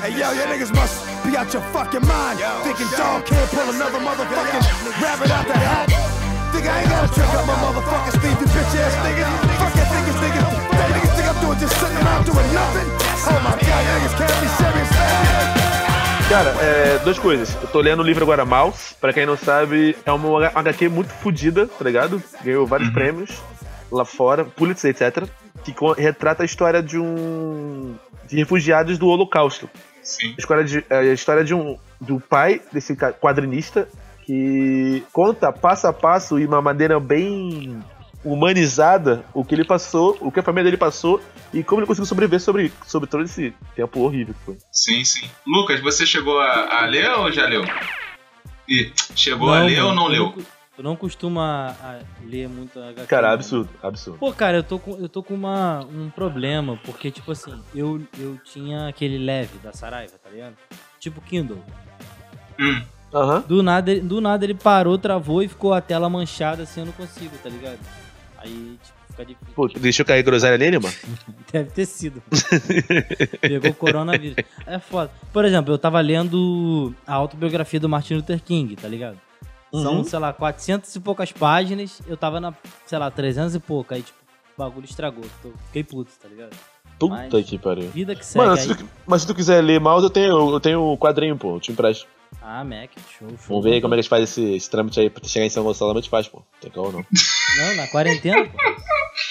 [SPEAKER 4] Hey yo, you niggas must be out your fucking mind. Thinking dog can't pull another motherfucking rabbit out the hat. Think I ain't gotta check out my motherfucking sleeve, you bitch ass niggas. Fuck your niggas, niggas. That niggas think I'm doing just sitting around doing nothing. Oh my god, you niggas can't be serious, man.
[SPEAKER 2] Cara, é, duas coisas. Eu tô lendo o livro agora, Mouse. Pra quem não sabe, é uma H- HQ muito fodida, tá ligado? Ganhou vários prêmios lá fora, Pulitzer, etc. Que co- retrata a história de um. de refugiados do Holocausto.
[SPEAKER 5] Sim.
[SPEAKER 2] A história de, é, a história de um, de um pai, desse ca- quadrinista, que conta passo a passo e uma maneira bem humanizada o que ele passou, o que a família dele passou e como ele conseguiu sobreviver sobre, sobre todo esse tempo horrível que foi.
[SPEAKER 5] Sim, sim. Lucas, você chegou a, a ler ou já leu? Ih, chegou a ler ou
[SPEAKER 6] mano,
[SPEAKER 5] não
[SPEAKER 6] eu
[SPEAKER 5] leu?
[SPEAKER 6] cu- Eu não costumo a, a ler muito HQ.
[SPEAKER 2] Cara,
[SPEAKER 6] mano.
[SPEAKER 2] absurdo, absurdo.
[SPEAKER 6] Pô, cara, eu tô com, eu tô com uma, um problema, porque, tipo assim, eu, eu tinha aquele leve da Saraiva, tá ligado? Tipo Kindle.
[SPEAKER 5] Hum.
[SPEAKER 2] Aham.
[SPEAKER 6] Do nada, ele- do nada ele parou, travou e ficou a tela manchada assim, eu não consigo, tá ligado? Aí, tipo, fica difícil.
[SPEAKER 2] Pô, deixou cair groselha nele, mano?
[SPEAKER 6] Deve ter sido. Pegou coronavírus. É foda. Por exemplo, eu tava lendo a autobiografia do Martin Luther King, tá ligado? São, sei lá, 400 e poucas páginas. Eu tava na, sei lá, 300 e pouca. Aí, tipo, o bagulho estragou. Tô- fiquei puto, tá ligado?
[SPEAKER 2] Puta
[SPEAKER 6] Mas-
[SPEAKER 2] que pariu.
[SPEAKER 6] Vida que segue
[SPEAKER 2] Mano,
[SPEAKER 6] aí.
[SPEAKER 2] se tu- mas se tu quiser ler mouse, eu tenho eu tenho o quadrinho, pô. Eu te empresto.
[SPEAKER 6] Ah, Mac, show, show.
[SPEAKER 2] Vamos ver aí como é que eles fazem esse, esse trâmite aí pra tu chegar em São Gonçalo, mas te faz, pô. Tem como não.
[SPEAKER 6] Não, na quarentena, pô.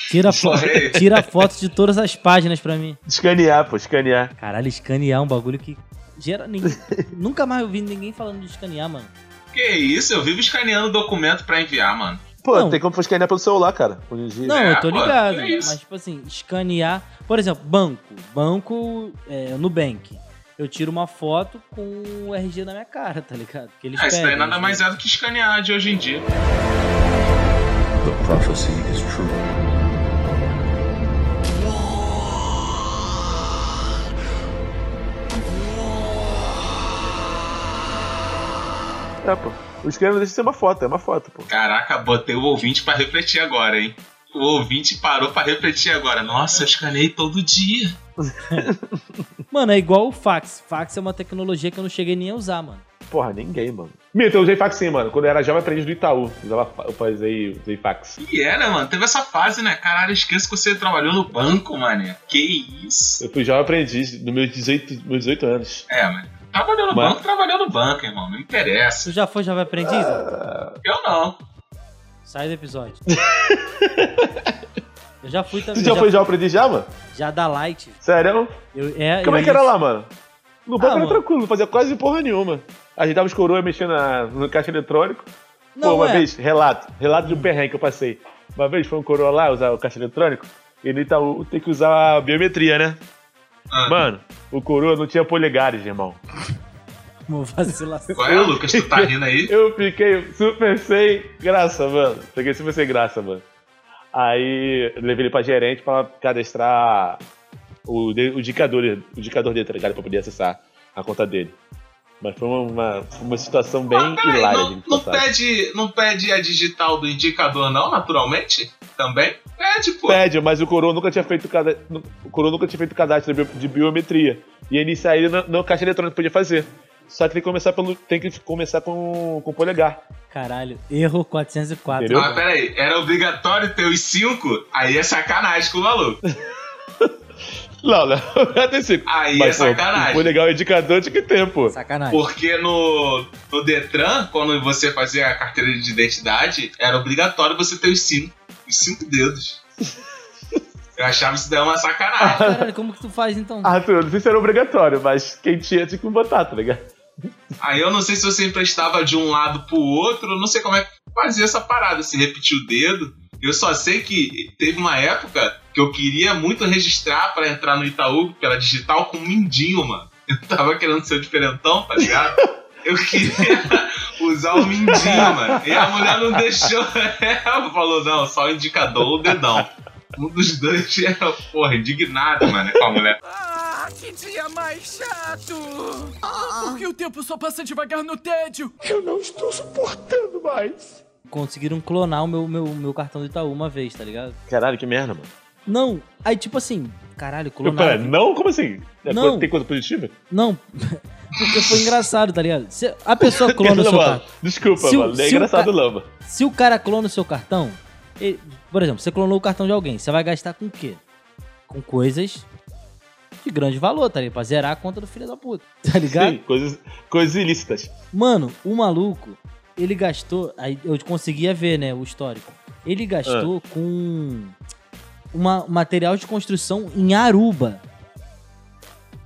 [SPEAKER 6] Tira, fo
[SPEAKER 5] Sorry.
[SPEAKER 6] tira foto de todas as páginas pra mim.
[SPEAKER 2] Escanear, pô, escanear.
[SPEAKER 6] Caralho, escanear é um bagulho que. Gera, ninguém, nunca mais ouvi ninguém falando de escanear, mano.
[SPEAKER 5] Que isso, eu vivo escaneando documento pra enviar, mano.
[SPEAKER 2] Pô,
[SPEAKER 6] Não.
[SPEAKER 2] tem como escanear pelo celular, cara. Hoje em dia.
[SPEAKER 6] Não, eu tô
[SPEAKER 5] pô,
[SPEAKER 6] ligado.
[SPEAKER 5] é isso.
[SPEAKER 6] mas, tipo assim, escanear. Por exemplo, banco. Banco é, Nubank. Eu tiro uma foto com o RG na minha cara, tá ligado? Que eles
[SPEAKER 5] Ah, isso daí
[SPEAKER 6] pedem, né?
[SPEAKER 5] nada
[SPEAKER 6] eles-
[SPEAKER 5] mais é do que escanear de hoje em dia.
[SPEAKER 2] É, pô. O scanner deixa de ser uma foto, é uma foto, pô.
[SPEAKER 5] Caraca, botei o ouvinte pra refletir agora, hein? O ouvinte parou pra refletir agora. Nossa, eu escaneei todo dia.
[SPEAKER 6] Mano, é igual o fax. Fax é uma tecnologia que eu não cheguei nem a usar, mano.
[SPEAKER 2] Porra, ninguém, mano. Mito, eu usei fax sim, mano. Quando eu era jovem, eu aprendi do Itaú. Usava fa- Eu fazia usei fax.
[SPEAKER 5] E era, mano. Teve essa fase, né? Caralho, esqueço que você trabalhou no banco, mano. Que isso.
[SPEAKER 2] Eu fui jovem aprendiz, nos meus 18, meus 18 anos.
[SPEAKER 5] É, mano. Trabalhou no
[SPEAKER 2] Mas-
[SPEAKER 5] banco, trabalhou no banco, irmão. Não interessa.
[SPEAKER 6] Tu já foi Jovem Aprendiz?
[SPEAKER 5] Eu não.
[SPEAKER 6] Sai do episódio. eu já fui
[SPEAKER 2] Tu
[SPEAKER 6] também.
[SPEAKER 2] já
[SPEAKER 6] já,
[SPEAKER 2] foi jovem aprendiz já, mano?
[SPEAKER 6] já da Light.
[SPEAKER 2] Sério?
[SPEAKER 6] Eu, é,
[SPEAKER 2] Como
[SPEAKER 6] eu
[SPEAKER 2] é que era
[SPEAKER 6] ia-
[SPEAKER 2] lá, mano? No banco
[SPEAKER 6] Ah,
[SPEAKER 2] era
[SPEAKER 6] mano.
[SPEAKER 2] tranquilo, não fazia quase porra nenhuma. Ajeitava os coroas mexendo na, no caixa eletrônico. Pô, uma
[SPEAKER 6] é.
[SPEAKER 2] vez, relato, relato de um perrengue que eu passei. Uma vez foi um coroa lá usar o caixa eletrônico e no Itaú tem que usar a biometria, né?
[SPEAKER 5] Ah.
[SPEAKER 2] Mano, o coroa não tinha polegares, irmão.
[SPEAKER 6] Uma vacilação.
[SPEAKER 5] Qual é, Lucas? Tu tá rindo aí?
[SPEAKER 2] Eu fiquei super sem graça, mano. Fiquei super sem graça, mano. Aí eu levei ele pra gerente pra cadastrar o, de- o indicador, o indicador dele, tá ligado? Pra poder acessar a conta dele. Mas foi uma, uma, foi uma situação bem
[SPEAKER 5] Mas Ah, peraí,
[SPEAKER 2] hilária de
[SPEAKER 5] não,
[SPEAKER 2] gente
[SPEAKER 5] não,
[SPEAKER 2] passar.
[SPEAKER 5] pede, não pede a digital do indicador, não, naturalmente? Também? Pede, pô.
[SPEAKER 2] Pede, mas o Coroa nunca tinha feito cada- o Coroa nunca tinha feito cadastro de bio- de biometria. E ele saiu na, na caixa eletrônica podia fazer. Só que tem que começar pelo. Tem que começar com, com o polegar.
[SPEAKER 6] Caralho, erro 404.
[SPEAKER 2] Entendeu?
[SPEAKER 5] Mas Ah, peraí, era obrigatório ter os cinco? Aí é sacanagem com o maluco.
[SPEAKER 2] Não, não. Até cinco.
[SPEAKER 5] Aí é
[SPEAKER 2] Mas, pô,
[SPEAKER 5] sacanagem.
[SPEAKER 2] o polegar é o indicador de que tempo?
[SPEAKER 6] Sacanagem.
[SPEAKER 5] Porque no, no Detran, quando você fazia a carteira de identidade, era obrigatório você ter os cinco, os cinco dedos. Eu achava isso daí uma sacanagem.
[SPEAKER 6] Caralho, como que tu faz então?
[SPEAKER 2] Arthur, não sei se era obrigatório, mas quem tinha tinha que botar, tá ligado?
[SPEAKER 5] Aí eu não sei se você emprestava de um lado pro outro, eu não sei como é que fazia essa parada, se repetia o dedo. Eu só sei que teve uma época que eu queria muito registrar pra entrar no Itaú pela digital com um mindinho, mano. Eu tava querendo ser o diferentão, tá ligado? Eu queria usar o mindinho, mano. E a mulher não deixou. Ela falou, não, só o indicador ou o dedão. Um dos dois era, porra, indignado, mano, com a mulher.
[SPEAKER 9] Ah, que dia mais chato! Ah, por que o tempo só passa devagar no tédio?
[SPEAKER 6] Conseguiram clonar o meu, meu, meu cartão do Itaú uma vez, tá ligado?
[SPEAKER 7] Caralho, que merda, mano.
[SPEAKER 6] Não, aí tipo assim, caralho,
[SPEAKER 2] Eu, pera,
[SPEAKER 6] clonaram.
[SPEAKER 2] não? Como assim? É
[SPEAKER 6] Não.
[SPEAKER 2] co- Tem coisa positiva?
[SPEAKER 6] Não, porque foi engraçado, tá ligado? Se a pessoa clona o seu
[SPEAKER 2] Lamba,
[SPEAKER 6] cartão.
[SPEAKER 2] Desculpa,
[SPEAKER 6] Se o-
[SPEAKER 2] mano. É
[SPEAKER 6] se o
[SPEAKER 2] engraçado,
[SPEAKER 6] ca-
[SPEAKER 2] Lamba.
[SPEAKER 6] Se o cara clona o seu cartão, ele- por exemplo, você clonou o cartão de alguém, você vai gastar com o quê? Com coisas de grande valor, tá ligado? Pra zerar a conta do filho da puta, tá ligado?
[SPEAKER 2] Sim, coisas, coisas ilícitas.
[SPEAKER 6] Mano, o maluco, ele gastou. Aí eu conseguia ver, né, o histórico. Ele gastou
[SPEAKER 5] Ah.
[SPEAKER 6] com uma, material de construção em Aruba.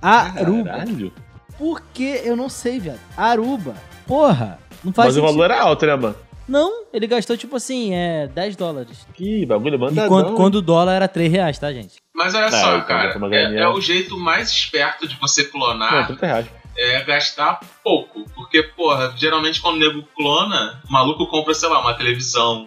[SPEAKER 6] Aruba.
[SPEAKER 2] Caralho.
[SPEAKER 6] Por que eu não sei, velho? Aruba. Porra. Não faz
[SPEAKER 2] Mas o
[SPEAKER 6] sentido.
[SPEAKER 2] valor era alto, né, mano?
[SPEAKER 6] Não, ele gastou tipo assim, é 10 dólares.
[SPEAKER 2] Que bagulho,
[SPEAKER 6] E
[SPEAKER 2] manda
[SPEAKER 6] quando, quando o dólar era 3 reais, tá, gente?
[SPEAKER 5] Mas olha
[SPEAKER 2] Não,
[SPEAKER 5] só,
[SPEAKER 2] eu
[SPEAKER 5] cara,
[SPEAKER 2] tô- eu tô
[SPEAKER 5] é,
[SPEAKER 2] ganhando.
[SPEAKER 5] é o jeito mais esperto de você
[SPEAKER 2] né? Não,
[SPEAKER 5] clonar
[SPEAKER 2] 30 reais.
[SPEAKER 5] é gastar pouco. Porque, porra, geralmente quando o nego clona, o maluco compra, sei lá, uma televisão,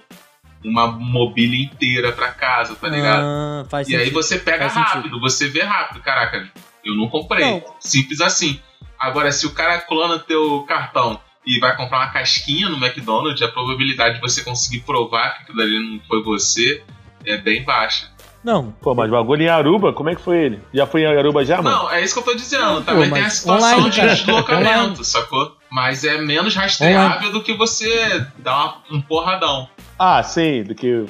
[SPEAKER 5] uma mobília inteira pra casa, tá ligado?
[SPEAKER 6] Ah, faz
[SPEAKER 5] e aí
[SPEAKER 6] sentido.
[SPEAKER 5] você pega
[SPEAKER 6] Faz sentido.
[SPEAKER 5] rápido, você vê rápido. Caraca, eu não comprei.
[SPEAKER 6] Não.
[SPEAKER 5] Simples assim. Agora, se o cara clona teu cartão e vai comprar uma casquinha no McDonald's, a probabilidade de você conseguir provar que aquilo ali não foi você é bem baixa.
[SPEAKER 6] Não.
[SPEAKER 2] Pô, mas o bagulho em Aruba, como é que foi ele? Já foi em Aruba já, mano?
[SPEAKER 5] Não, é isso que eu tô dizendo. Também
[SPEAKER 6] Tá pô,
[SPEAKER 5] tem a
[SPEAKER 6] mas
[SPEAKER 5] situação
[SPEAKER 6] online,
[SPEAKER 5] de
[SPEAKER 6] cara.
[SPEAKER 5] deslocamento,
[SPEAKER 6] Online.
[SPEAKER 5] sacou? Mas é menos rastreável do que você dar uma- um porradão.
[SPEAKER 2] Ah, sim, do que.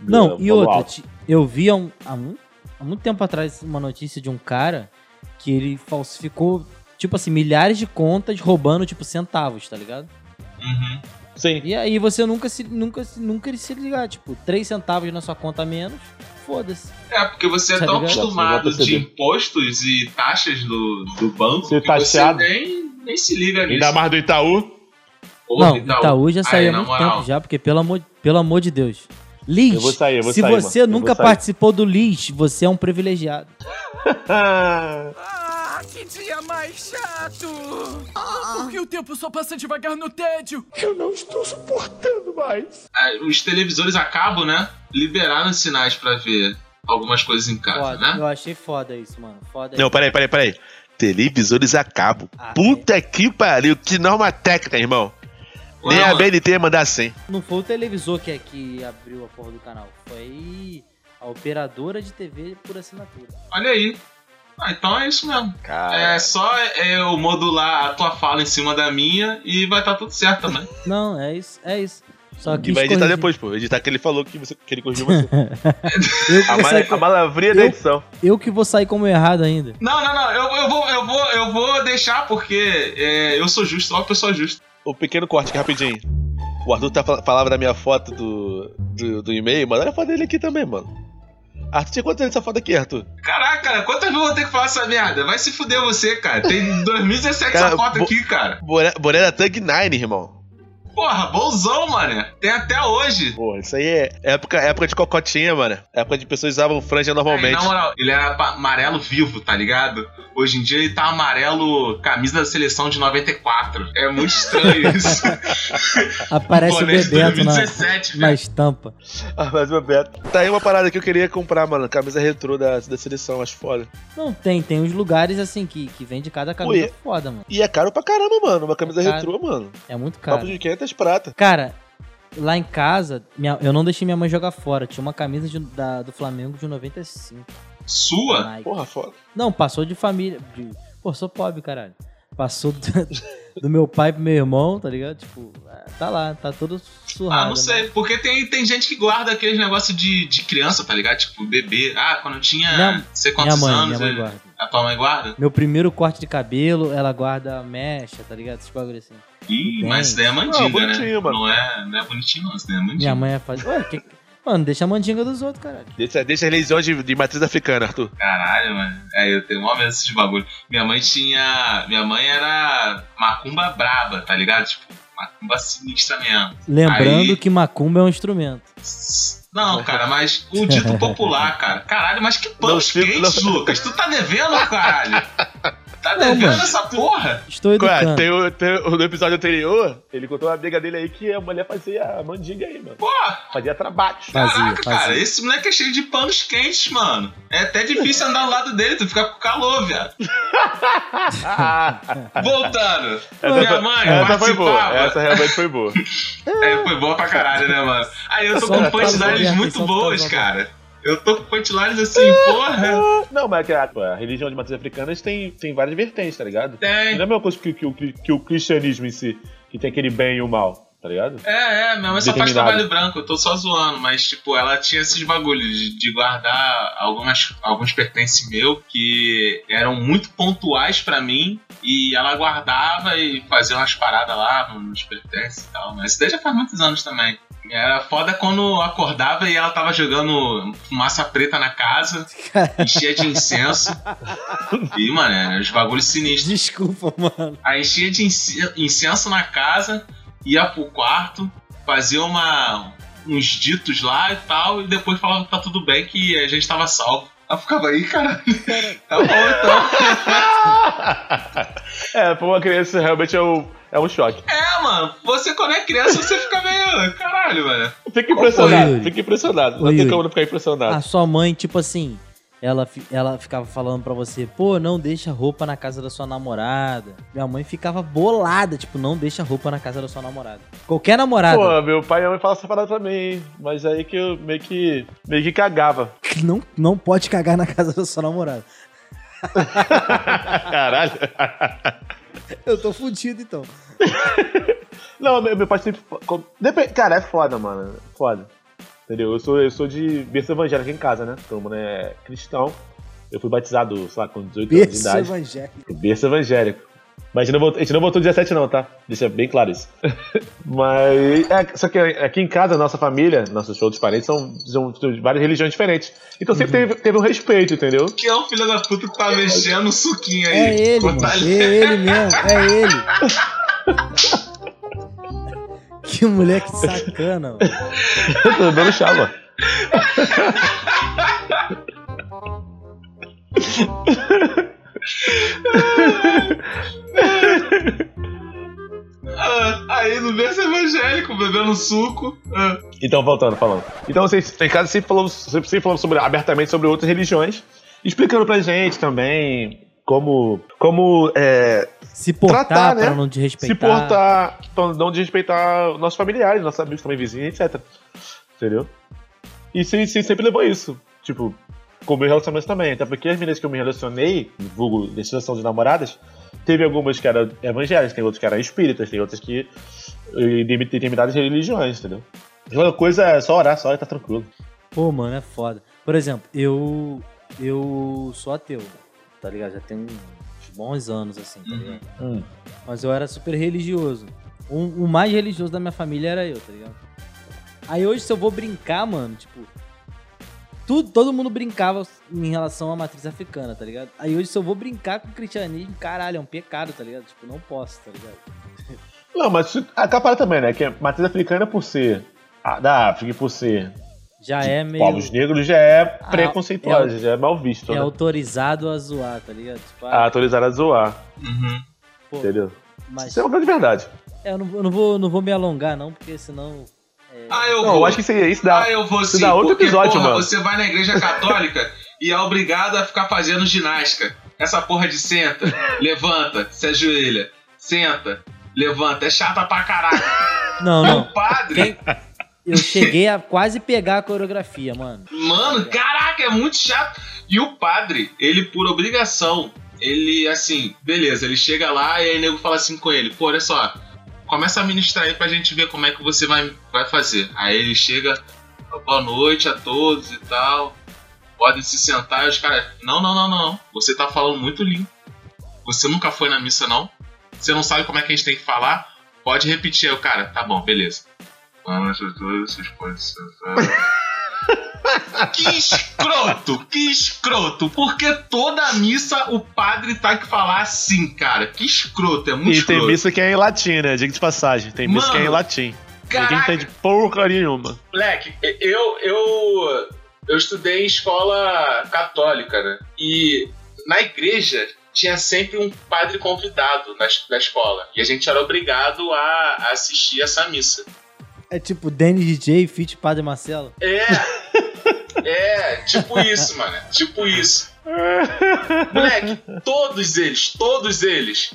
[SPEAKER 6] Não,
[SPEAKER 2] do-
[SPEAKER 6] e
[SPEAKER 2] do
[SPEAKER 6] outra,
[SPEAKER 2] alto.
[SPEAKER 6] ti- eu vi há, um- há um- há muito tempo atrás uma notícia de um cara que ele falsificou, tipo assim, milhares de contas roubando, tipo, centavos, tá ligado?
[SPEAKER 5] Uhum.
[SPEAKER 2] Sim.
[SPEAKER 6] E aí você nunca se, nunca, se- nunca se ligar, tipo, 3 centavos na sua conta a menos, foda-se.
[SPEAKER 5] É, porque você é
[SPEAKER 6] Tá
[SPEAKER 5] tão
[SPEAKER 6] ligado?
[SPEAKER 5] acostumado
[SPEAKER 2] Você vai
[SPEAKER 5] de
[SPEAKER 2] perceber.
[SPEAKER 5] impostos e taxas do, do banco
[SPEAKER 2] Ser
[SPEAKER 5] que
[SPEAKER 2] taxado.
[SPEAKER 5] você nem, nem se liga nisso.
[SPEAKER 7] Ainda mais do Itaú.
[SPEAKER 5] Pô,
[SPEAKER 6] Não,
[SPEAKER 5] Itaú.
[SPEAKER 6] Itaú, já
[SPEAKER 5] Aí,
[SPEAKER 6] saiu há
[SPEAKER 5] na
[SPEAKER 6] muito
[SPEAKER 5] moral.
[SPEAKER 6] tempo já, porque pelo amor, pelo amor de Deus. Liz,
[SPEAKER 2] Eu vou sair, eu vou
[SPEAKER 6] se
[SPEAKER 2] sair,
[SPEAKER 6] você
[SPEAKER 2] mano. Eu
[SPEAKER 6] nunca
[SPEAKER 2] vou sair.
[SPEAKER 6] participou do Liz, você é um privilegiado.
[SPEAKER 2] Ah,
[SPEAKER 9] Ah, que dia mais chato! Ah, por que o tempo só passa devagar no tédio?
[SPEAKER 5] Ah, Os televisores acabam, né? Liberaram os sinais pra ver algumas coisas em casa,
[SPEAKER 6] Foda,
[SPEAKER 5] né?
[SPEAKER 6] eu achei foda isso, mano. Foda
[SPEAKER 7] É. Não, peraí, peraí, peraí. Televisores a cabo.
[SPEAKER 6] Ah,
[SPEAKER 7] Puta que pariu, que norma técnica, irmão. Nem
[SPEAKER 5] Ué,
[SPEAKER 7] a
[SPEAKER 5] mano,
[SPEAKER 7] BNT ia mandar sem.
[SPEAKER 6] Não foi o televisor que, é que abriu a porra do canal, foi a operadora de TV por assinatura.
[SPEAKER 5] Olha aí. Ah, então é isso mesmo.
[SPEAKER 7] Cara.
[SPEAKER 5] É só eu modular a tua fala em cima da minha e vai estar tudo certo né? também.
[SPEAKER 6] Não, é isso, é isso. Só que
[SPEAKER 7] E vai editar depois, pô. Editar que ele falou que, você, que ele corrigiu
[SPEAKER 6] Eu
[SPEAKER 7] você.
[SPEAKER 6] que,
[SPEAKER 7] a,
[SPEAKER 6] vou sair,
[SPEAKER 7] mala, a malavria da
[SPEAKER 6] Eu-
[SPEAKER 7] edição.
[SPEAKER 6] eu que vou sair como errado ainda.
[SPEAKER 5] Não, não, não. Eu, eu vou, eu, vou, eu vou deixar porque é, eu sou justo, só uma pessoa justa.
[SPEAKER 7] O pequeno corte aqui, rapidinho. O Arthur tá, fal- falava da minha foto do, do, do e-mail, mano. Olha a foto dele aqui também, mano. Arthur, tinha quantos anos essa foto aqui, Arthur?
[SPEAKER 5] Caraca, cara, quantas vezes eu vou ter que falar essa merda? Vai se fuder você, cara. Tem 2017 essa
[SPEAKER 7] Cara,
[SPEAKER 5] foto
[SPEAKER 7] bo-
[SPEAKER 5] aqui, cara.
[SPEAKER 7] Boné, boné da Thug Nine, irmão.
[SPEAKER 5] Porra, bonzão, mano. Tem até hoje.
[SPEAKER 7] Pô, isso aí é época, época de cocotinha, mano. Época de pessoas usavam franja
[SPEAKER 5] Aí,
[SPEAKER 7] normalmente.
[SPEAKER 5] na moral, ele era pa- amarelo vivo, tá ligado? Hoje em dia ele tá amarelo camisa da seleção de 94. É muito estranho isso.
[SPEAKER 6] Aparece o
[SPEAKER 5] Boné de
[SPEAKER 6] Bebeto na,
[SPEAKER 5] 2017,
[SPEAKER 6] na
[SPEAKER 5] velho.
[SPEAKER 6] estampa.
[SPEAKER 7] Ah, mas meu Beto. Tá aí uma parada que eu queria comprar, mano. Camisa retrô da, da seleção, acho foda.
[SPEAKER 6] Não tem, tem uns lugares assim que, que vende cada camisa
[SPEAKER 7] Ué.
[SPEAKER 6] foda, mano.
[SPEAKER 7] E é caro pra caramba, mano. Uma camisa
[SPEAKER 6] É caro.
[SPEAKER 7] retrô, mano.
[SPEAKER 6] É muito
[SPEAKER 7] Papo
[SPEAKER 6] caro.
[SPEAKER 7] de 500 prata.
[SPEAKER 6] Cara, lá em casa, minha- eu não deixei minha mãe jogar fora. Tinha uma camisa de- da- do Flamengo de 95.
[SPEAKER 5] Sua?
[SPEAKER 6] Nike.
[SPEAKER 7] Porra, foda.
[SPEAKER 6] Não, passou de família. de- Pô, sou pobre, caralho. Passou do, do meu pai pro meu irmão, tá ligado? Tipo, ah, tá lá, tá todo surrado.
[SPEAKER 5] Ah, não
[SPEAKER 6] né?
[SPEAKER 5] sei, porque tem, tem gente que guarda aqueles negócios de, de criança, tá ligado? Tipo, bebê. Ah, quando eu tinha
[SPEAKER 6] Minha-
[SPEAKER 5] não sei
[SPEAKER 6] Minha
[SPEAKER 5] quantos
[SPEAKER 6] mãe,
[SPEAKER 5] anos.
[SPEAKER 6] minha mãe
[SPEAKER 5] ele-
[SPEAKER 6] guarda.
[SPEAKER 5] A tua mãe guarda?
[SPEAKER 6] Meu primeiro corte de cabelo, ela guarda a mecha, tá ligado? Esses bagulho assim.
[SPEAKER 5] Ih,
[SPEAKER 6] Tem.
[SPEAKER 5] mas isso daí é mandinga,
[SPEAKER 7] Não, bonitinho,
[SPEAKER 5] né?
[SPEAKER 7] mano.
[SPEAKER 5] Não é, não é bonitinho, não. Isso daí é mandinga.
[SPEAKER 6] Minha mãe faz. Ué, que... Mano, deixa a mandinga dos outros, caralho.
[SPEAKER 7] Deixa, deixa a religião de, de matriz africana, Arthur.
[SPEAKER 5] Caralho, mano. É, eu tenho mó medo desses bagulho. Minha mãe tinha. Minha mãe era macumba braba, tá ligado? Tipo, macumba sinistra mesmo.
[SPEAKER 6] Lembrando
[SPEAKER 5] Aí-
[SPEAKER 6] que macumba é um instrumento.
[SPEAKER 5] Não, cara, mas o dito popular, cara. Caralho, mas que panos
[SPEAKER 7] fico-
[SPEAKER 5] quentes, Lucas. Tu tá devendo, caralho. Tá
[SPEAKER 6] Não,
[SPEAKER 5] devendo
[SPEAKER 6] mano.
[SPEAKER 5] essa porra?
[SPEAKER 6] Estou
[SPEAKER 2] é?
[SPEAKER 7] Ué,
[SPEAKER 6] educando.
[SPEAKER 7] tem o, tem o- no episódio anterior,
[SPEAKER 2] Ele contou uma amiga dele aí que a mulher fazia mandinga aí, mano.
[SPEAKER 5] Porra,
[SPEAKER 2] Fazia trabalhos.
[SPEAKER 6] Fazia,
[SPEAKER 5] caraca, um cara.
[SPEAKER 6] fazia.
[SPEAKER 5] Esse moleque é cheio de panos quentes, mano. É até difícil andar do lado dele, tu fica com calor, viado.
[SPEAKER 2] Ah.
[SPEAKER 5] Voltando. Minha mãe
[SPEAKER 7] essa foi boa.
[SPEAKER 5] participava.
[SPEAKER 7] Essa realmente foi boa.
[SPEAKER 5] É, foi boa pra caralho, né, mano? Aí eu tô
[SPEAKER 6] Só
[SPEAKER 5] com
[SPEAKER 6] pra
[SPEAKER 5] punchlines
[SPEAKER 6] fazer
[SPEAKER 5] muito
[SPEAKER 6] atenção,
[SPEAKER 5] boas,
[SPEAKER 6] tá bom.
[SPEAKER 5] cara. Eu tô com punchlines assim, porra.
[SPEAKER 2] Não, mas é que a, a religião de matriz africana tem, tem várias vertentes, tá ligado?
[SPEAKER 5] Tem.
[SPEAKER 2] Não é a mesma coisa que, que o- que o cristianismo em si, que tem aquele bem e o mal, tá ligado?
[SPEAKER 5] É, é, minha mãe só faz trabalho
[SPEAKER 2] Determinado.
[SPEAKER 5] branco, eu tô só zoando, mas, tipo, ela tinha esses bagulhos de, de guardar algumas, alguns pertences meu que eram muito pontuais pra mim e ela guardava e fazia umas paradas lá nos pertences e tal, mas isso daí já faz muitos anos também. Era foda quando eu acordava e ela tava jogando fumaça preta na casa, enchia de incenso. E, mano, era uns bagulhos sinistros.
[SPEAKER 6] Desculpa, mano.
[SPEAKER 5] Aí enchia de inci- incenso na casa, ia pro quarto, fazia uma, uns ditos lá e tal, e depois falava que tá tudo bem, que a gente tava salvo. Ela ficava aí, caralho. Tá bom então.
[SPEAKER 2] É, pra uma criança realmente é um, é um choque.
[SPEAKER 5] É, mano, você quando é criança, você fica meio. Caralho, mano.
[SPEAKER 2] Fica impressionado,
[SPEAKER 6] Ô, Yuri.
[SPEAKER 2] fica impressionado.
[SPEAKER 6] Ô,
[SPEAKER 2] não tem
[SPEAKER 6] Yuri.
[SPEAKER 2] como não ficar impressionado.
[SPEAKER 6] A sua mãe, tipo assim, ela, fi- ela ficava falando pra você, pô, não deixa roupa na casa da sua namorada. Minha mãe ficava bolada, tipo, não deixa roupa na casa da sua namorada. Qualquer namorada
[SPEAKER 2] Pô, meu pai e minha mãe falam essa parada pra mim, mas aí que eu meio que, meio que cagava.
[SPEAKER 6] que não, não pode cagar na casa da sua namorada.
[SPEAKER 2] Caralho.
[SPEAKER 6] Eu tô fudido, então.
[SPEAKER 2] Não, meu, meu pai sempre. com- Depen- Cara, é foda, mano. é Foda. Entendeu? Eu sou, eu sou de berço evangélico em casa, né? Todo mundo é cristão. Eu fui batizado, sei lá, com 18 anos de
[SPEAKER 6] Berço
[SPEAKER 2] idade.
[SPEAKER 6] evangélico.
[SPEAKER 2] Berço evangélico. Mas a gente, não botou, a gente não botou 17, não, tá? Deixa bem claro isso. Mas. é, só que aqui em casa, nossa família, nossos outros parentes são, são de várias religiões diferentes. Então sempre teve, teve um respeito, entendeu?
[SPEAKER 5] Que é o filho da puta que tá mexendo o suquinho aí.
[SPEAKER 6] É ele, mano. É ele mesmo. É ele. Que moleque sacana, mano.
[SPEAKER 2] Eu tô dando chá, mano.
[SPEAKER 5] Ah, aí no berço evangélico, bebendo suco. Ah.
[SPEAKER 2] Então, voltando, falando. Então, vocês em casa sempre falamos, sempre, sempre falamos sobre, abertamente sobre outras religiões, explicando pra gente também como, como é,
[SPEAKER 6] Se portar
[SPEAKER 2] Tratar, né?
[SPEAKER 6] pra não
[SPEAKER 2] se
[SPEAKER 6] desrespeitar.
[SPEAKER 2] portar, então, não desrespeitar nossos familiares, nossos amigos também, vizinhos, etc. Entendeu? E sim, sim, sempre levou isso. Tipo, com meus relacionamentos também. Até porque as meninas que eu me relacionei, vulgo destinação de namoradas, teve algumas que eram evangélicas, tem outras que eram espíritas, tem outras que. e de determinadas religiões, entendeu? Uma coisa é só orar, só e tá tranquilo.
[SPEAKER 6] Pô, mano, é foda. Por exemplo, eu. Eu sou ateu, tá ligado? Já tem uns bons anos, assim, tá ligado?
[SPEAKER 2] Hum.
[SPEAKER 6] Mas eu era super religioso. Um, O, o mais religioso da minha família era eu, tá ligado? Aí hoje, se eu vou brincar, mano, tipo. Tudo, todo mundo brincava em relação à matriz africana, tá ligado? Aí hoje, se eu vou brincar com o cristianismo, caralho, é um pecado, tá ligado? Tipo, não posso, tá ligado?
[SPEAKER 2] Não, mas isso- a capara também, né? Que a matriz africana, por ser a- da África e por ser
[SPEAKER 6] Já é meio.
[SPEAKER 2] povos negros, já é
[SPEAKER 6] Ah,
[SPEAKER 2] preconceituosa,
[SPEAKER 6] é o-
[SPEAKER 2] já é mal visto,
[SPEAKER 6] É
[SPEAKER 2] né?
[SPEAKER 6] autorizado a zoar, tá ligado? Tipo,
[SPEAKER 2] A
[SPEAKER 6] ah,
[SPEAKER 2] autorizar a zoar,
[SPEAKER 5] Uhum.
[SPEAKER 6] pô,
[SPEAKER 2] entendeu?
[SPEAKER 6] mas.
[SPEAKER 2] Isso é uma grande verdade.
[SPEAKER 6] É, eu não, eu não vou, não vou me alongar, não, porque senão. é,
[SPEAKER 5] Ah, eu
[SPEAKER 2] Não,
[SPEAKER 5] vou.
[SPEAKER 2] eu acho que isso, isso dá.
[SPEAKER 5] ah, eu vou
[SPEAKER 2] isso
[SPEAKER 5] sim.
[SPEAKER 2] dá outro
[SPEAKER 5] porque,
[SPEAKER 2] episódio,
[SPEAKER 5] porra,
[SPEAKER 2] mano.
[SPEAKER 5] Você vai na igreja católica e é obrigado a ficar fazendo ginástica. Essa porra de senta, levanta, se ajoelha, senta, levanta. É chata pra caralho.
[SPEAKER 6] Não, não.
[SPEAKER 5] O padre,
[SPEAKER 6] Eu cheguei a quase pegar a coreografia, mano.
[SPEAKER 5] mano, caraca, é muito chato. E o padre, ele por obrigação, ele assim, beleza, ele chega lá e aí o nego fala assim com ele: pô, olha só, começa a ministrar aí pra gente ver como é que você vai, vai fazer. Aí ele chega, boa noite a todos e tal. Podem se sentar e os caras. Não, não, não, não. Você tá falando muito limpo. Você nunca foi na missa, não. Você não sabe como é que a gente tem que falar. Pode repetir aí, o cara. Tá bom, beleza. Mano, essas duas, vocês podem se sentar. Que escroto, que escroto. Porque toda missa o padre tá que falar assim, cara. Que escroto, é muito
[SPEAKER 2] E
[SPEAKER 5] escroto.
[SPEAKER 2] tem missa que é em latim, né? Diga de passagem. Tem missa que é em
[SPEAKER 5] Mano,
[SPEAKER 2] latim. Ninguém
[SPEAKER 5] Caraca,
[SPEAKER 2] entende porcaria nenhuma.
[SPEAKER 5] moleque, eu, eu, eu estudei em escola católica, né? E na igreja tinha sempre um padre convidado na, es- na escola. E a gente era obrigado a a assistir essa missa.
[SPEAKER 6] É tipo Danny DJ, Fit Padre Marcelo.
[SPEAKER 5] É. É, tipo isso, mano. Tipo isso. Moleque, todos eles, todos eles.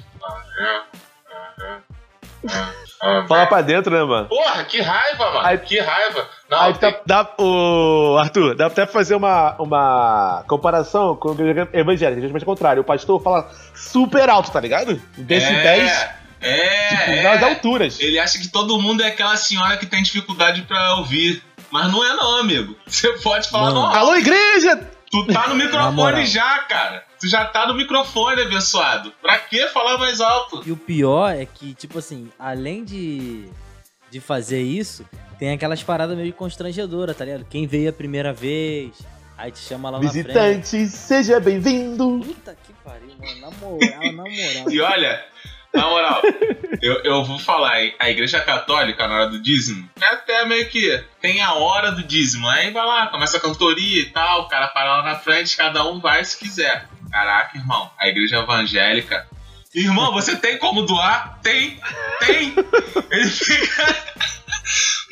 [SPEAKER 2] Fala pra dentro, né, mano?
[SPEAKER 5] Porra, que raiva, mano.
[SPEAKER 2] Aí-
[SPEAKER 5] que raiva. Não,
[SPEAKER 2] Aí
[SPEAKER 5] tem-
[SPEAKER 2] tá, dá, o Arthur, dá até pra fazer uma, uma comparação com o evangélico, justamente o contrário. O pastor fala super alto, tá ligado? Desse 10,
[SPEAKER 5] É, é, é.
[SPEAKER 2] nas alturas.
[SPEAKER 5] Ele acha que todo mundo é aquela senhora que tem dificuldade pra ouvir. Mas não é não, amigo. Você pode falar
[SPEAKER 6] Mano.
[SPEAKER 5] não.
[SPEAKER 2] Alô, igreja!
[SPEAKER 5] Tu tá no
[SPEAKER 6] Na moral.
[SPEAKER 5] microfone já, cara. Tu já tá no microfone, abençoado. Pra que falar mais alto?
[SPEAKER 6] E o pior é que, tipo assim, além de, de fazer isso, tem aquelas paradas meio constrangedoras, tá ligado? Quem veio a primeira vez, aí te chama lá na frente.
[SPEAKER 11] Visitante, seja bem-vindo.
[SPEAKER 6] Puta que pariu, mano. Na moral, na moral.
[SPEAKER 5] E olha, na moral, eu, eu vou falar, hein? A igreja católica, na hora do dízimo, é até meio que tem a hora do dízimo. Aí vai lá, começa a cantoria e tal, o cara para lá na frente, cada um vai se quiser. Caraca, irmão, a igreja evangélica. Irmão, você tem como doar? Tem, tem. Ele fica.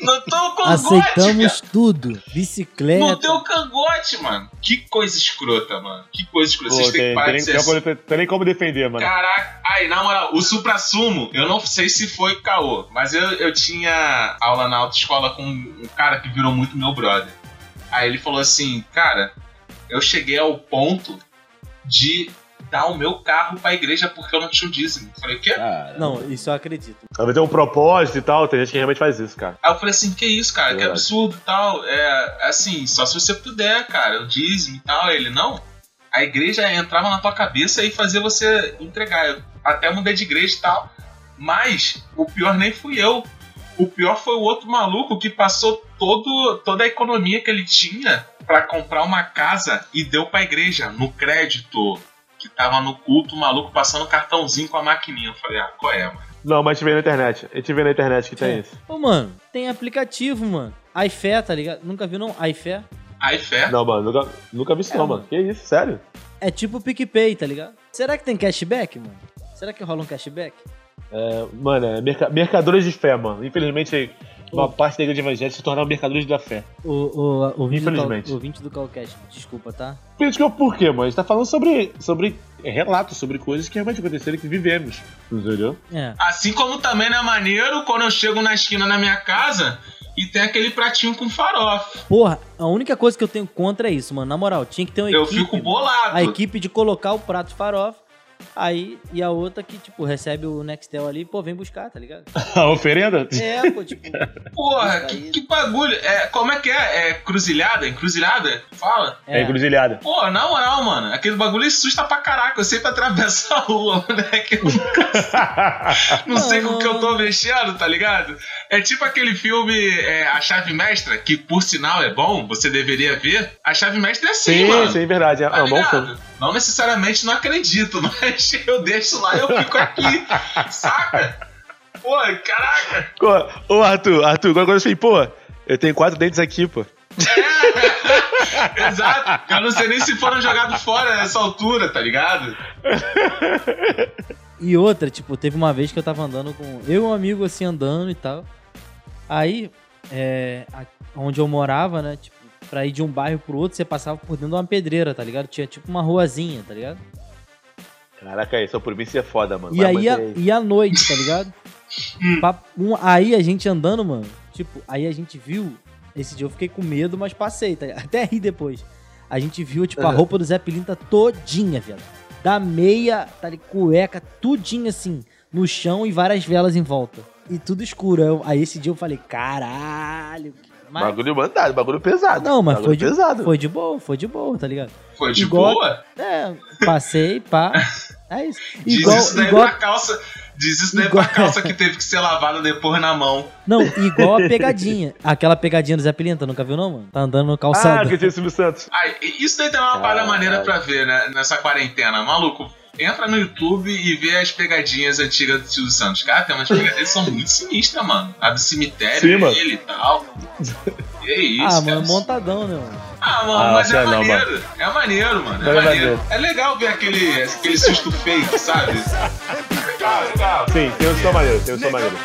[SPEAKER 5] Não tô com gote, viado.
[SPEAKER 6] Aceitamos tudo.
[SPEAKER 2] É, tá.
[SPEAKER 5] No
[SPEAKER 6] Bicicleta.
[SPEAKER 5] teu cangote, mano. Que coisa escrota, mano. Que coisa escrota. Vocês
[SPEAKER 2] Pô,
[SPEAKER 5] têm que
[SPEAKER 2] tem,
[SPEAKER 5] parar
[SPEAKER 2] tem,
[SPEAKER 5] de
[SPEAKER 2] nem-
[SPEAKER 5] ser
[SPEAKER 2] tem
[SPEAKER 5] assim.
[SPEAKER 2] como- tem nem como defender, mano.
[SPEAKER 5] Caraca. Aí, na moral, o supra-sumo, eu não sei se foi caô, mas eu, eu tinha aula na autoescola com um cara que virou muito meu brother. Aí ele falou assim, cara, eu cheguei ao ponto de dar o meu carro pra igreja porque eu não tinha o dízimo. Eu falei, o quê?
[SPEAKER 6] Não, isso eu acredito.
[SPEAKER 2] Talvez tenha um propósito e tal, tem gente que realmente faz isso, cara.
[SPEAKER 5] Aí eu falei assim, que isso, cara, que
[SPEAKER 2] Verdade.
[SPEAKER 5] absurdo e tal. É assim, só se você puder, cara, o dízimo e tal. Aí Ele, não. A igreja entrava na tua cabeça e fazia você entregar. Eu até mudei de igreja e tal. Mas o pior nem fui eu. O pior foi o outro maluco que passou todo, toda a economia que ele tinha pra comprar uma casa e deu pra igreja no crédito. Que tava no culto, o maluco passando cartãozinho com a maquininha. Eu falei, ah, qual é, mano?
[SPEAKER 2] Não, mas a gente vê na internet. A gente vê na internet que tem isso.
[SPEAKER 6] Ô, mano, tem aplicativo, mano. iFé, tá ligado? Nunca viu, não? iFé?
[SPEAKER 5] Aí, fé.
[SPEAKER 2] Não, mano, nunca, nunca vi isso, não, mano. Que isso, sério?
[SPEAKER 6] É tipo o PicPay, tá ligado? Será que tem cashback, mano? Será que rola um cashback?
[SPEAKER 2] Mano, é merca- mercadores de fé, mano. Infelizmente, uma parte da igreja evangélica se tornaram mercadores da fé.
[SPEAKER 6] O, o, o, ouvinte, do
[SPEAKER 2] Infelizmente.
[SPEAKER 6] Cal- ouvinte do Calcast, desculpa, tá?
[SPEAKER 2] Criticou por quê, mano? A gente tá falando sobre, sobre relatos, sobre coisas que realmente aconteceram e que vivemos. Entendeu?
[SPEAKER 6] É.
[SPEAKER 5] Assim como também não é maneiro quando eu chego na esquina na minha casa e tem aquele pratinho com farofa.
[SPEAKER 6] Porra, a única coisa que eu tenho contra é isso, mano. Na moral, tinha que ter uma
[SPEAKER 5] Eu
[SPEAKER 6] equipe.
[SPEAKER 5] fico
[SPEAKER 6] mano.
[SPEAKER 5] bolado.
[SPEAKER 6] A equipe de colocar o prato de farofa. Aí, e a outra que, tipo, recebe o Nextel ali, pô, vem buscar, tá ligado?
[SPEAKER 2] A oferenda?
[SPEAKER 6] É, pô, tipo.
[SPEAKER 5] Porra,
[SPEAKER 6] Isso aí.
[SPEAKER 5] que, que bagulho. É, como é que é? É cruzilhada? Encruzilhada? Fala.
[SPEAKER 2] É, encruzilhada.
[SPEAKER 5] Pô, na moral, mano, aquele bagulho assusta pra caraca. Eu sempre atravesso a rua, moleque. Eu nunca- não sei com o que eu tô mexendo, tá ligado? É tipo aquele filme é, A Chave Mestra, que por sinal é bom, você deveria ver. A Chave Mestra é assim,
[SPEAKER 2] Sim,
[SPEAKER 5] mano.
[SPEAKER 2] sim, verdade. É,
[SPEAKER 5] Tá
[SPEAKER 2] é um bom
[SPEAKER 5] ligado?
[SPEAKER 2] filme.
[SPEAKER 5] Não necessariamente não acredito, mas eu deixo lá e eu fico aqui, saca? Pô, caraca!
[SPEAKER 2] Ô, ô, Arthur, Arthur, agora eu falei, pô, eu tenho quatro dentes aqui, pô.
[SPEAKER 5] Exato! Eu não sei nem se foram jogados fora nessa altura, tá ligado?
[SPEAKER 6] E outra, tipo, teve uma vez que eu tava andando com. Eu e um amigo assim andando e tal. Aí, é, a- onde eu morava, né? Tipo, pra ir de um bairro pro outro, você passava por dentro de uma pedreira, tá ligado? Tinha tipo uma ruazinha, tá ligado?
[SPEAKER 2] Caraca, aí, só por mim você é foda, mano.
[SPEAKER 6] E
[SPEAKER 2] Vai,
[SPEAKER 6] aí, a,
[SPEAKER 2] mantém aí.
[SPEAKER 6] e à noite, tá ligado?
[SPEAKER 5] Hum.
[SPEAKER 6] Pa- um- aí a gente andando, mano. Tipo, aí a gente viu. Esse dia eu fiquei com medo, mas passei, tá ligado? Até ri depois. A gente viu, tipo, a roupa do Zé Pilinta todinha, velho. Da meia, tá ali, cueca, tudinho assim, no chão e várias velas em volta. E tudo escuro. Aí eu- Aí esse dia eu falei, caralho. que- Mas,
[SPEAKER 2] Bagulho mandado, bagulho pesado.
[SPEAKER 6] não, mas foi
[SPEAKER 2] bagulho
[SPEAKER 6] de,
[SPEAKER 2] pesado.
[SPEAKER 6] foi de boa, foi de boa, tá ligado?
[SPEAKER 5] Foi de
[SPEAKER 6] Igual-
[SPEAKER 5] boa?
[SPEAKER 6] É, passei, pá. É isso.
[SPEAKER 5] Diz
[SPEAKER 6] Igual,
[SPEAKER 5] isso né, daí
[SPEAKER 6] igual,
[SPEAKER 5] pra calça. Diz isso daí
[SPEAKER 6] igual-
[SPEAKER 5] pra calça que teve que ser lavada depois na mão.
[SPEAKER 6] não, igual a pegadinha. Aquela pegadinha do Zé Pilintra, nunca viu não, mano? Tá andando no
[SPEAKER 2] Ah,
[SPEAKER 6] calçado.
[SPEAKER 2] que tinha o Silvio Santos.
[SPEAKER 5] Ai, Ah, e isso daí tem uma parada maneira pra ver, né? Nessa quarentena. Maluco, entra no YouTube e vê as pegadinhas antigas do Silvio Santos. Cara, tem umas pegadinhas que são muito sinistras, mano. A do cemitério
[SPEAKER 2] Sim, mano.
[SPEAKER 5] dele e tal. Que isso,
[SPEAKER 6] ah,
[SPEAKER 5] cara.
[SPEAKER 6] mano, montadão, né, mano?
[SPEAKER 5] Ah, mano,
[SPEAKER 2] Ah,
[SPEAKER 5] mas é
[SPEAKER 2] sei não,
[SPEAKER 5] maneiro. É maneiro, mano. É
[SPEAKER 2] Mas é
[SPEAKER 5] maneiro.
[SPEAKER 2] maneiro.
[SPEAKER 5] É legal ver aquele, aquele susto fake, sabe? Legal, legal.
[SPEAKER 2] Sim, tem um som maneiro, tem um som maneiro.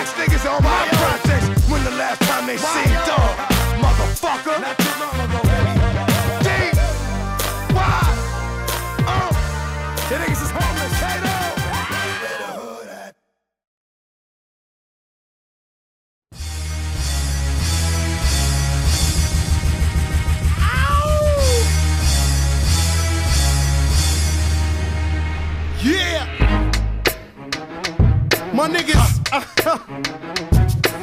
[SPEAKER 12] Ask niggas on my projects when the last time they seen dog. Motherfucker. Not too long ago, baby. Deep. Why? Um. The niggas is homeless. Hey, Yeah! My niggas,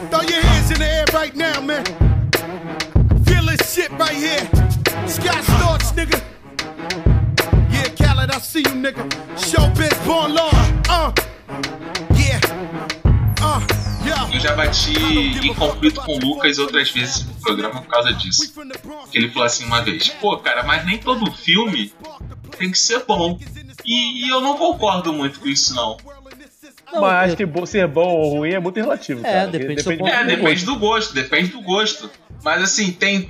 [SPEAKER 12] throw your hands in the air right now, man. Feel this shit right here. Scott Storch, nigga. Yeah, Khaled, I see you, nigga. Showbiz, born law. Uh, yeah. Uh,
[SPEAKER 5] Eu
[SPEAKER 12] yeah.
[SPEAKER 5] já bati em conflito com o Lucas outras vezes no programa por causa disso. Que ele falou assim uma vez: pô, cara, mas nem todo filme tem que ser bom. E, e eu não concordo muito com isso, não.
[SPEAKER 6] Não,
[SPEAKER 2] Mas
[SPEAKER 6] eu-
[SPEAKER 2] acho que bo- ser bom ou ruim é muito relativo.
[SPEAKER 6] É,
[SPEAKER 2] cara.
[SPEAKER 6] depende do seu ponto
[SPEAKER 5] É,
[SPEAKER 6] de
[SPEAKER 5] depende do gosto, depende do gosto. Mas assim, tem.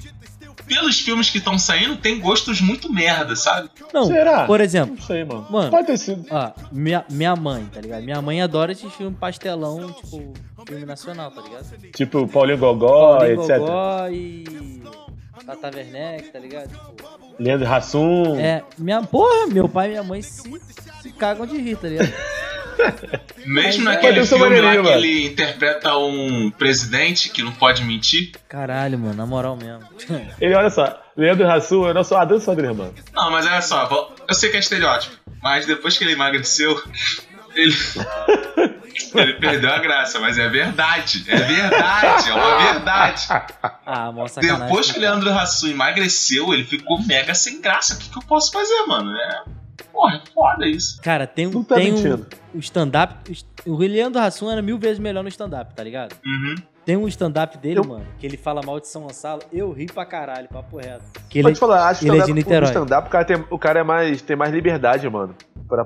[SPEAKER 5] Pelos filmes que estão saindo, tem gostos muito merda, sabe?
[SPEAKER 6] Não,
[SPEAKER 2] Será?
[SPEAKER 6] por exemplo,
[SPEAKER 2] Não sei, mano.
[SPEAKER 6] Mano.
[SPEAKER 2] Pode ter sido.
[SPEAKER 6] ó, minha, minha mãe, tá ligado? Minha mãe adora esses filmes pastelão, tipo, filme nacional, tá ligado?
[SPEAKER 2] Tipo Paulinho Gogó,
[SPEAKER 6] Paulinho
[SPEAKER 2] etc.
[SPEAKER 6] Gogó e Tata Werneck, tá ligado? Tipo,
[SPEAKER 2] Leandro Hassum.
[SPEAKER 6] é, minha porra, meu pai e minha mãe se, se cagam de rir, tá ligado?
[SPEAKER 5] Mesmo
[SPEAKER 6] Mas é.
[SPEAKER 5] naquele
[SPEAKER 2] Mas eu sou
[SPEAKER 5] filme lá
[SPEAKER 2] maneirinho,
[SPEAKER 5] que
[SPEAKER 2] mano.
[SPEAKER 5] ele interpreta um presidente que não pode mentir.
[SPEAKER 6] Caralho, mano, na moral mesmo.
[SPEAKER 2] Ele, olha só, Leandro Hassum é o nosso Adam Sandler, mano.
[SPEAKER 5] Não, mas olha só, vo- eu sei que é estereótipo, mas depois que ele emagreceu, ele. ele perdeu a graça, mas é verdade. É verdade, é uma verdade.
[SPEAKER 6] Ah, mó sacanagem.
[SPEAKER 5] Depois que o
[SPEAKER 6] né, cara?
[SPEAKER 5] Leandro Hassum emagreceu, ele ficou mega sem graça. O que, que eu posso fazer, mano? É. Porra, é foda isso.
[SPEAKER 6] Cara, tem um.
[SPEAKER 2] Tu tá
[SPEAKER 6] tem um-
[SPEAKER 2] mentindo.
[SPEAKER 6] o stand-up. o est- O Leandro Hassum era mil vezes melhor no stand-up, tá ligado?
[SPEAKER 5] Uhum.
[SPEAKER 6] Tem um stand-up dele,
[SPEAKER 2] Eu-
[SPEAKER 6] mano, que ele fala mal de São Gonçalo. Eu ri pra caralho, papo reto. Que ele,
[SPEAKER 2] Pode falar, acho que
[SPEAKER 6] ele é de
[SPEAKER 2] stand-up-
[SPEAKER 6] Niterói.
[SPEAKER 2] o stand-up, o cara, tem, o cara é mais, tem mais liberdade, mano, pra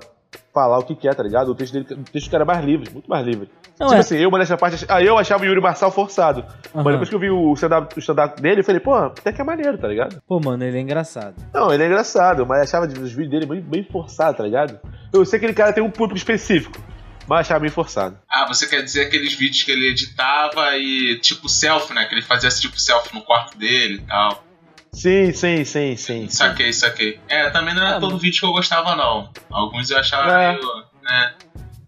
[SPEAKER 2] falar o que quer, tá ligado? O texto dele, o texto do cara é mais livre, muito mais livre.
[SPEAKER 6] Não
[SPEAKER 2] tipo
[SPEAKER 6] é.
[SPEAKER 2] assim, eu, modéstia à parte, ach- ah, eu achava o Yuri Marçal forçado.
[SPEAKER 6] Aham.
[SPEAKER 2] Mas depois que eu vi o stand-up, o stand-up dele, eu falei, pô, até que é maneiro, tá ligado?
[SPEAKER 6] Pô, mano, ele é engraçado.
[SPEAKER 2] Não, ele é engraçado, mas achava os vídeos dele bem, bem forçado, tá ligado? Eu sei que ele cara tem um público específico, mas achava bem forçado.
[SPEAKER 5] Ah, você quer dizer aqueles vídeos que ele editava e tipo selfie, né? Que ele fazia esse tipo selfie no quarto dele e tal.
[SPEAKER 2] Sim, sim, sim, sim. sim.
[SPEAKER 5] Saquei, saquei. É, também não era
[SPEAKER 6] Ah,
[SPEAKER 5] todo
[SPEAKER 6] mas-
[SPEAKER 5] vídeo que eu gostava, não. Alguns eu achava
[SPEAKER 2] É.
[SPEAKER 5] meio. Né?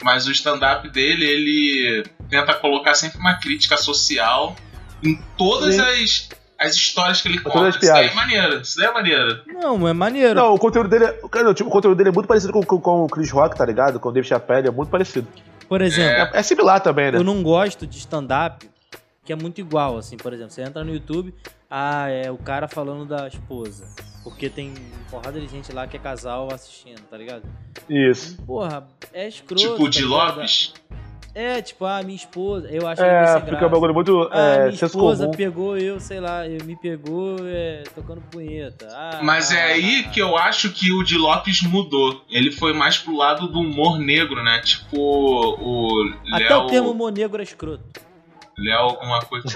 [SPEAKER 5] Mas o stand-up dele, ele tenta colocar sempre uma crítica social em todas
[SPEAKER 2] Sim.
[SPEAKER 5] as, as histórias que ele
[SPEAKER 2] todas
[SPEAKER 5] conta.
[SPEAKER 2] as
[SPEAKER 5] Isso daí é
[SPEAKER 2] piadas.
[SPEAKER 5] maneiro, isso daí é maneiro.
[SPEAKER 6] Não, é maneiro.
[SPEAKER 2] Não, o conteúdo dele, é- cara, tipo, o conteúdo dele é muito parecido com, com, com o Chris Rock, tá ligado? Com o Dave Chappelle, é muito parecido.
[SPEAKER 6] Por exemplo,
[SPEAKER 2] É, é similar também, né?
[SPEAKER 6] eu não gosto de stand-up que é muito igual, assim. Por exemplo, você entra no YouTube, ah, é o cara falando da esposa. Porque tem porrada de gente lá que é casal assistindo, tá ligado?
[SPEAKER 2] Isso.
[SPEAKER 6] Porra, é escroto.
[SPEAKER 5] tipo o de
[SPEAKER 6] tá ligado?
[SPEAKER 5] Lopes.
[SPEAKER 6] É, tipo, ah, minha esposa. Eu acho que
[SPEAKER 2] É,
[SPEAKER 6] sem
[SPEAKER 2] fica um
[SPEAKER 6] graça.
[SPEAKER 2] bagulho muito
[SPEAKER 6] Ah,
[SPEAKER 2] é,
[SPEAKER 6] minha
[SPEAKER 2] senso
[SPEAKER 6] esposa
[SPEAKER 2] comum.
[SPEAKER 6] pegou eu, sei lá, eu me pegou é, tocando punheta. Ah,
[SPEAKER 5] Mas é aí que eu acho que o de Lopes mudou. Ele foi mais pro lado do humor negro, né? Tipo o
[SPEAKER 6] ah. Até
[SPEAKER 5] Léo.
[SPEAKER 6] o termo monegro é escroto.
[SPEAKER 5] Léo alguma coisa.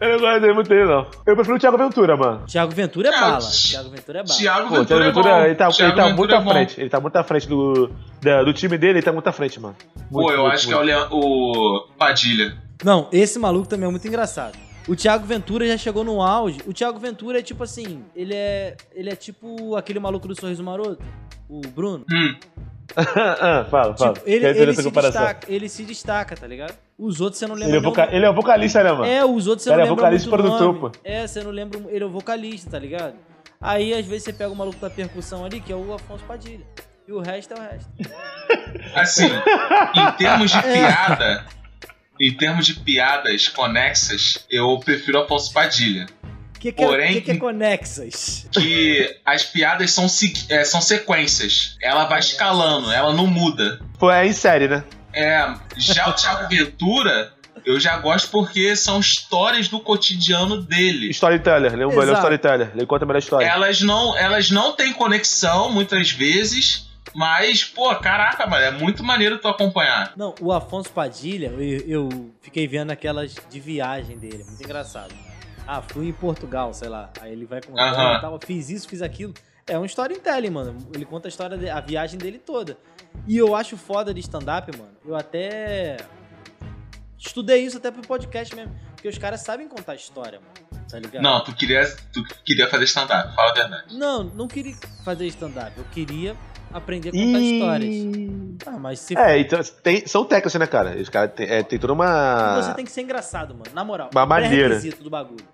[SPEAKER 2] Eu não gosto dele muito dele, não. Eu prefiro o Thiago Ventura, mano.
[SPEAKER 6] Tiago Ventura é
[SPEAKER 5] É,
[SPEAKER 6] bala.
[SPEAKER 5] o Ti-
[SPEAKER 6] Tiago Ventura é bala.
[SPEAKER 5] Tiago
[SPEAKER 2] Pô, o Thiago
[SPEAKER 5] Ventura, é bom.
[SPEAKER 2] Ventura, ele tá,
[SPEAKER 5] Thiago
[SPEAKER 2] ele tá
[SPEAKER 5] Ventura
[SPEAKER 2] muito
[SPEAKER 5] é
[SPEAKER 2] à
[SPEAKER 5] bom.
[SPEAKER 2] frente. Ele tá muito à frente do, da- do time dele, ele tá muito à frente, mano.
[SPEAKER 5] Pô,
[SPEAKER 2] Muito,
[SPEAKER 5] eu
[SPEAKER 2] muito,
[SPEAKER 5] acho que é o,
[SPEAKER 2] muito.
[SPEAKER 5] Lea- o Padilha.
[SPEAKER 6] Não, esse maluco também é muito engraçado. O Thiago Ventura já chegou no auge. O Thiago Ventura é tipo assim, ele é. Ele é tipo aquele maluco do sorriso maroto, o Bruno.
[SPEAKER 5] Hum,
[SPEAKER 2] Ah, fala, fala.
[SPEAKER 6] Tipo, ele,
[SPEAKER 2] Quer dizer
[SPEAKER 6] ele
[SPEAKER 2] essa
[SPEAKER 6] se
[SPEAKER 2] comparação.
[SPEAKER 6] destaca, ele se destaca, tá ligado? Os outros você não lembra
[SPEAKER 2] Ele é,
[SPEAKER 6] nem o
[SPEAKER 2] voca- ele é o vocalista, né, mano?
[SPEAKER 6] É, os outros você
[SPEAKER 2] Cara,
[SPEAKER 6] não
[SPEAKER 2] é
[SPEAKER 6] lembra
[SPEAKER 2] vocalista
[SPEAKER 6] muito o
[SPEAKER 2] produtor,
[SPEAKER 6] nome. É, você não lembra, ele é o vocalista, tá ligado? Aí às vezes você pega o maluco da percussão ali, que é o Afonso Padilha. E o resto é o resto.
[SPEAKER 5] Assim, em termos de piada, em termos de piadas conexas, eu prefiro Afonso Padilha.
[SPEAKER 6] Que que, é-
[SPEAKER 5] Porém-
[SPEAKER 6] que que é Conexas?
[SPEAKER 5] que as piadas são, se- é, são sequências. Ela
[SPEAKER 6] É.
[SPEAKER 5] vai escalando, ela não muda.
[SPEAKER 2] Pô, é em série, né?
[SPEAKER 5] É, já o Thiago Ventura, eu já gosto porque são histórias do cotidiano dele.
[SPEAKER 2] Storyteller, ele é um melhor
[SPEAKER 5] Exato.
[SPEAKER 2] storyteller. Ele conta a melhor história.
[SPEAKER 5] Elas não, elas não têm conexão muitas vezes, mas, pô, caraca, mano, é muito maneiro tu acompanhar.
[SPEAKER 6] Não, o Afonso Padilha, eu, eu fiquei vendo aquelas de viagem dele, muito engraçado. Ah, fui em Portugal, sei lá. Aí ele vai contando
[SPEAKER 5] Aham.
[SPEAKER 6] e tal, fiz isso, fiz aquilo. É um storytelling, mano. Ele conta a história, de- a viagem dele toda. E eu acho foda de stand-up, mano. Eu até estudei isso até pro podcast mesmo. Porque os caras sabem contar história, mano. Tá ligado?
[SPEAKER 5] Não, tu queria, tu queria fazer stand-up, fala a verdade.
[SPEAKER 6] Não, não queria fazer stand-up. Eu queria aprender a contar
[SPEAKER 2] Ih.
[SPEAKER 6] histórias. Ah, mas se
[SPEAKER 2] É, então tem- são técnicas, né, cara? Os caras tem, é, tem toda uma.
[SPEAKER 6] Você tem que ser engraçado, mano. Na moral.
[SPEAKER 2] Uma maneira.
[SPEAKER 6] pré-requisito do bagulho.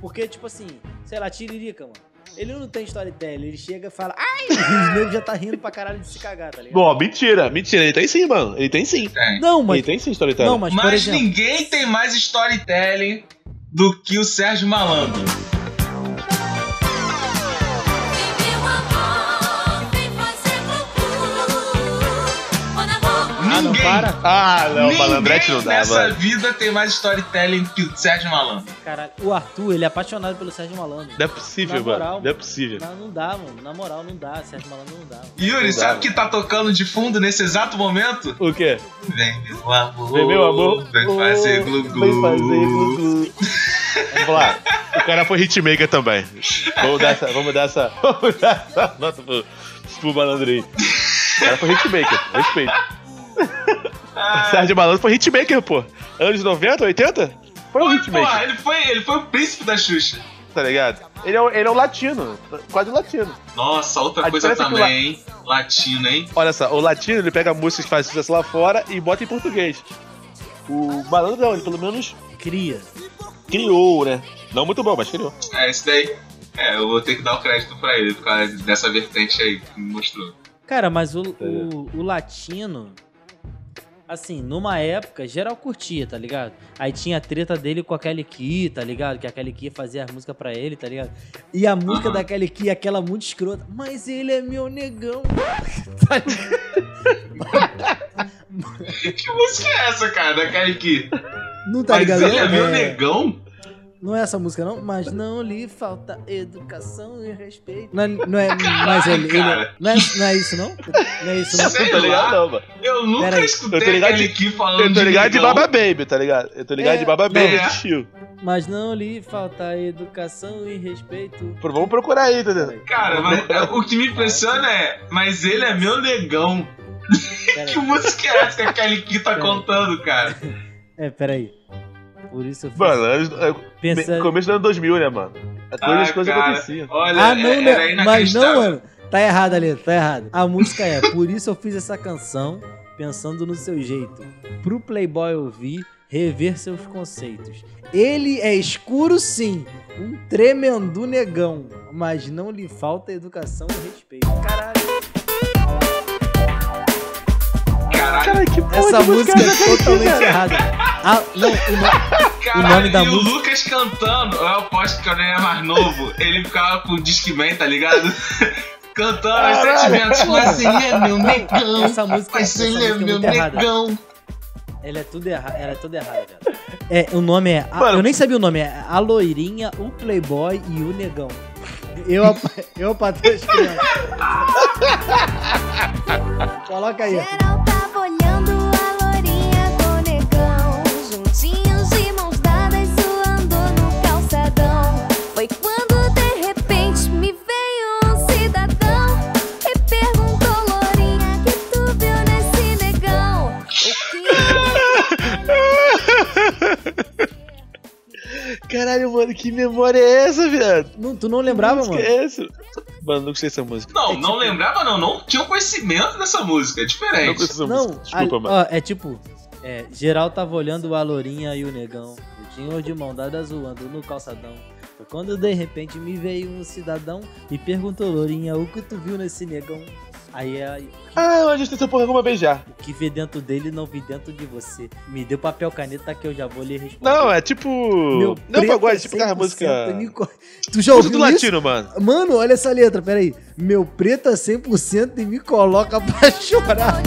[SPEAKER 6] Porque, tipo assim, sei lá, tiririca, mano. Ele não tem storytelling. Ele chega e fala, ai, os negros já tá rindo pra caralho de se cagar, tá ligado?
[SPEAKER 2] Não, mentira, mentira. Ele tem sim, mano. Ele tem sim.
[SPEAKER 6] Não, mas-
[SPEAKER 2] Ele tem sim storyteller.
[SPEAKER 6] Não, mas, por
[SPEAKER 5] Mas
[SPEAKER 6] exemplo-
[SPEAKER 5] ninguém tem mais storytelling do que o Sérgio Malandro. Ninguém.
[SPEAKER 2] Ah, não,
[SPEAKER 5] Ah, Ninguém
[SPEAKER 2] Malandrete não dá,
[SPEAKER 5] nessa
[SPEAKER 2] mano.
[SPEAKER 5] vida tem mais storytelling que o Sérgio Malandro.
[SPEAKER 6] Caralho, o Arthur, ele é apaixonado pelo Sérgio Malandro.
[SPEAKER 2] Não é possível,
[SPEAKER 6] Na
[SPEAKER 2] mano.
[SPEAKER 6] moral,
[SPEAKER 2] Não é possível.
[SPEAKER 6] Não, não dá, mano. Na moral, não dá. Sérgio Malandro não dá. Mano.
[SPEAKER 5] Yuri,
[SPEAKER 2] Não dá,
[SPEAKER 5] sabe o que tá tocando de fundo nesse exato momento?
[SPEAKER 2] O quê?
[SPEAKER 5] Vem meu amor.
[SPEAKER 2] Vem, meu amor.
[SPEAKER 5] Vem fazer glu-glu.
[SPEAKER 2] Vem fazer glu-glu. Vamos lá. O cara foi hitmaker também. Vamos dar essa. Vamos dar essa. Vamos dar essa nota pro, pro malandrinho. O cara foi hitmaker. Respeito.
[SPEAKER 5] Ah.
[SPEAKER 2] O Sérgio Malandro foi hitmaker, pô. Anos 90, 80? Foi um hitmaker.
[SPEAKER 5] Porra, ele foi, ele foi o príncipe da Xuxa.
[SPEAKER 2] Tá ligado? Ele é, um- ele é um latino. Quase latino.
[SPEAKER 5] Nossa, outra
[SPEAKER 2] A
[SPEAKER 5] coisa
[SPEAKER 2] diferença é que
[SPEAKER 5] também,
[SPEAKER 2] lá-
[SPEAKER 5] hein? Latino, hein?
[SPEAKER 2] Olha só, o latino ele pega músicas que faz sucesso lá fora e bota em português. O malandro não, ele pelo menos
[SPEAKER 6] cria.
[SPEAKER 2] Criou, né? Não muito bom, mas criou.
[SPEAKER 5] É, isso daí. É, eu vou ter que dar o crédito pra ele por causa dessa vertente aí que me mostrou.
[SPEAKER 6] Cara, mas o, o, o latino, assim, numa época, geral curtia, tá ligado? Aí tinha a treta dele com a Kelly Key, tá ligado? Que a Kelly Key fazia as músicas pra ele, tá ligado? E a música da Kelly Key, aquela muito escrota. Mas ele é meu negão. tá
[SPEAKER 5] Que música é essa, cara, da Kelly Key?
[SPEAKER 6] Não tá
[SPEAKER 5] Mas
[SPEAKER 6] ligado,
[SPEAKER 5] ele é
[SPEAKER 6] não?
[SPEAKER 5] meu
[SPEAKER 6] É.
[SPEAKER 5] negão?
[SPEAKER 6] Não é essa música, não? Mas não lhe falta educação e respeito. Não é, não é mas ele, ele-
[SPEAKER 5] cara.
[SPEAKER 6] não, é, não é isso, não? Não é isso, não?
[SPEAKER 5] Sei
[SPEAKER 2] tô ligado,
[SPEAKER 5] lá.
[SPEAKER 2] não, mano.
[SPEAKER 5] Eu nunca
[SPEAKER 6] Peraí.
[SPEAKER 5] escutei
[SPEAKER 2] Eu tô ligado
[SPEAKER 5] Kelly
[SPEAKER 2] de-
[SPEAKER 5] Key falando
[SPEAKER 2] Eu tô ligado de
[SPEAKER 5] negão.
[SPEAKER 2] Baba Baby, tá ligado? Eu tô ligado
[SPEAKER 6] É,
[SPEAKER 2] de Baba Baby,
[SPEAKER 5] é.
[SPEAKER 2] tio.
[SPEAKER 6] Mas não lhe falta educação e respeito.
[SPEAKER 2] Pro- Vamos procurar aí, tá entendeu?
[SPEAKER 5] Cara, mas é, o que me impressiona é, mas ele é meu negão. que música é essa que a Kelly Key tá contando, cara?
[SPEAKER 6] É, peraí. Por isso eu fiz.
[SPEAKER 2] Mano, anos- é,
[SPEAKER 6] Pensa-
[SPEAKER 2] me- começo do ano 2000, né, mano? As coisas, as coisas
[SPEAKER 5] Ah, cara,
[SPEAKER 2] aconteciam.
[SPEAKER 5] Olha,
[SPEAKER 6] ah, não,
[SPEAKER 5] era
[SPEAKER 6] né? Mas não,
[SPEAKER 5] inacreditável.
[SPEAKER 6] mano. Tá errado, ali, tá errado. A música é Por isso eu fiz essa canção, pensando no seu jeito. Pro Playboy ouvir, rever seus conceitos. Ele é escuro, sim. Um tremendo negão. Mas não lhe falta educação e respeito. Caralho. é.
[SPEAKER 2] Cara, que porra
[SPEAKER 6] Essa
[SPEAKER 2] de
[SPEAKER 6] música
[SPEAKER 2] é essa
[SPEAKER 6] é
[SPEAKER 2] aqui,
[SPEAKER 6] totalmente
[SPEAKER 2] cara?
[SPEAKER 6] errada. Ah, não, o nome-
[SPEAKER 5] Caralho,
[SPEAKER 6] nome da
[SPEAKER 5] e
[SPEAKER 6] música-
[SPEAKER 5] o Lucas cantando, eu aposto que quando ele era mais novo, ele ficava com o Discman, tá ligado? Cantando os
[SPEAKER 2] Caralho.
[SPEAKER 5] sentimentos, mas ele é meu negão,
[SPEAKER 6] Essa música-
[SPEAKER 5] mas
[SPEAKER 6] essa
[SPEAKER 5] ele é
[SPEAKER 6] música é
[SPEAKER 5] meu
[SPEAKER 6] muito errada.
[SPEAKER 5] negão.
[SPEAKER 6] Ela é tudo errada, ela é tudo errada, cara. É, o nome é. a-
[SPEAKER 2] Mano.
[SPEAKER 6] eu nem sabia o nome, é A Loirinha, o Playboy e o Negão. Eu, a- eu patei as crianças. Coloca aí.
[SPEAKER 3] Geral tava olhando a lourinha com o negão. Juntinhos de mãos dadas, suando no calçadão. Foi quando de repente me veio um cidadão e perguntou, lourinha, que tu viu nesse negão? O que
[SPEAKER 2] Caralho, mano, que memória é essa, viado?
[SPEAKER 6] Não, tu não lembrava,
[SPEAKER 2] Que
[SPEAKER 6] mano?
[SPEAKER 2] música é essa? Mano, não gostei dessa música.
[SPEAKER 5] Não, não lembrava não, não tinha conhecimento dessa música, é
[SPEAKER 2] Não
[SPEAKER 5] diferente.
[SPEAKER 2] gostei dessa
[SPEAKER 6] Não,
[SPEAKER 2] música. Desculpa,
[SPEAKER 6] a-
[SPEAKER 2] mano.
[SPEAKER 6] ó, é tipo, é, geral tava olhando a Lourinha e o Negão. Juntinhos de mão dada, zoando no calçadão. Foi quando de repente me veio um cidadão e perguntou, Lourinha, o que tu viu nesse negão? Aí ela,
[SPEAKER 2] Ah, não ajustei essa porra alguma vez já.
[SPEAKER 6] o que vê dentro dele não vi dentro de você. Me deu papel caneta que eu já vou lhe responder.
[SPEAKER 7] Não, é tipo.
[SPEAKER 6] Meu
[SPEAKER 7] não,
[SPEAKER 6] preto
[SPEAKER 7] pagode,
[SPEAKER 6] é
[SPEAKER 7] tipo aquela
[SPEAKER 6] 100%
[SPEAKER 7] música.
[SPEAKER 6] Nico- Tu já ouviu
[SPEAKER 7] Tudo
[SPEAKER 6] isso?
[SPEAKER 7] latino, mano.
[SPEAKER 6] Mano, olha essa letra, peraí. Meu preto é 100% e me coloca pra chorar.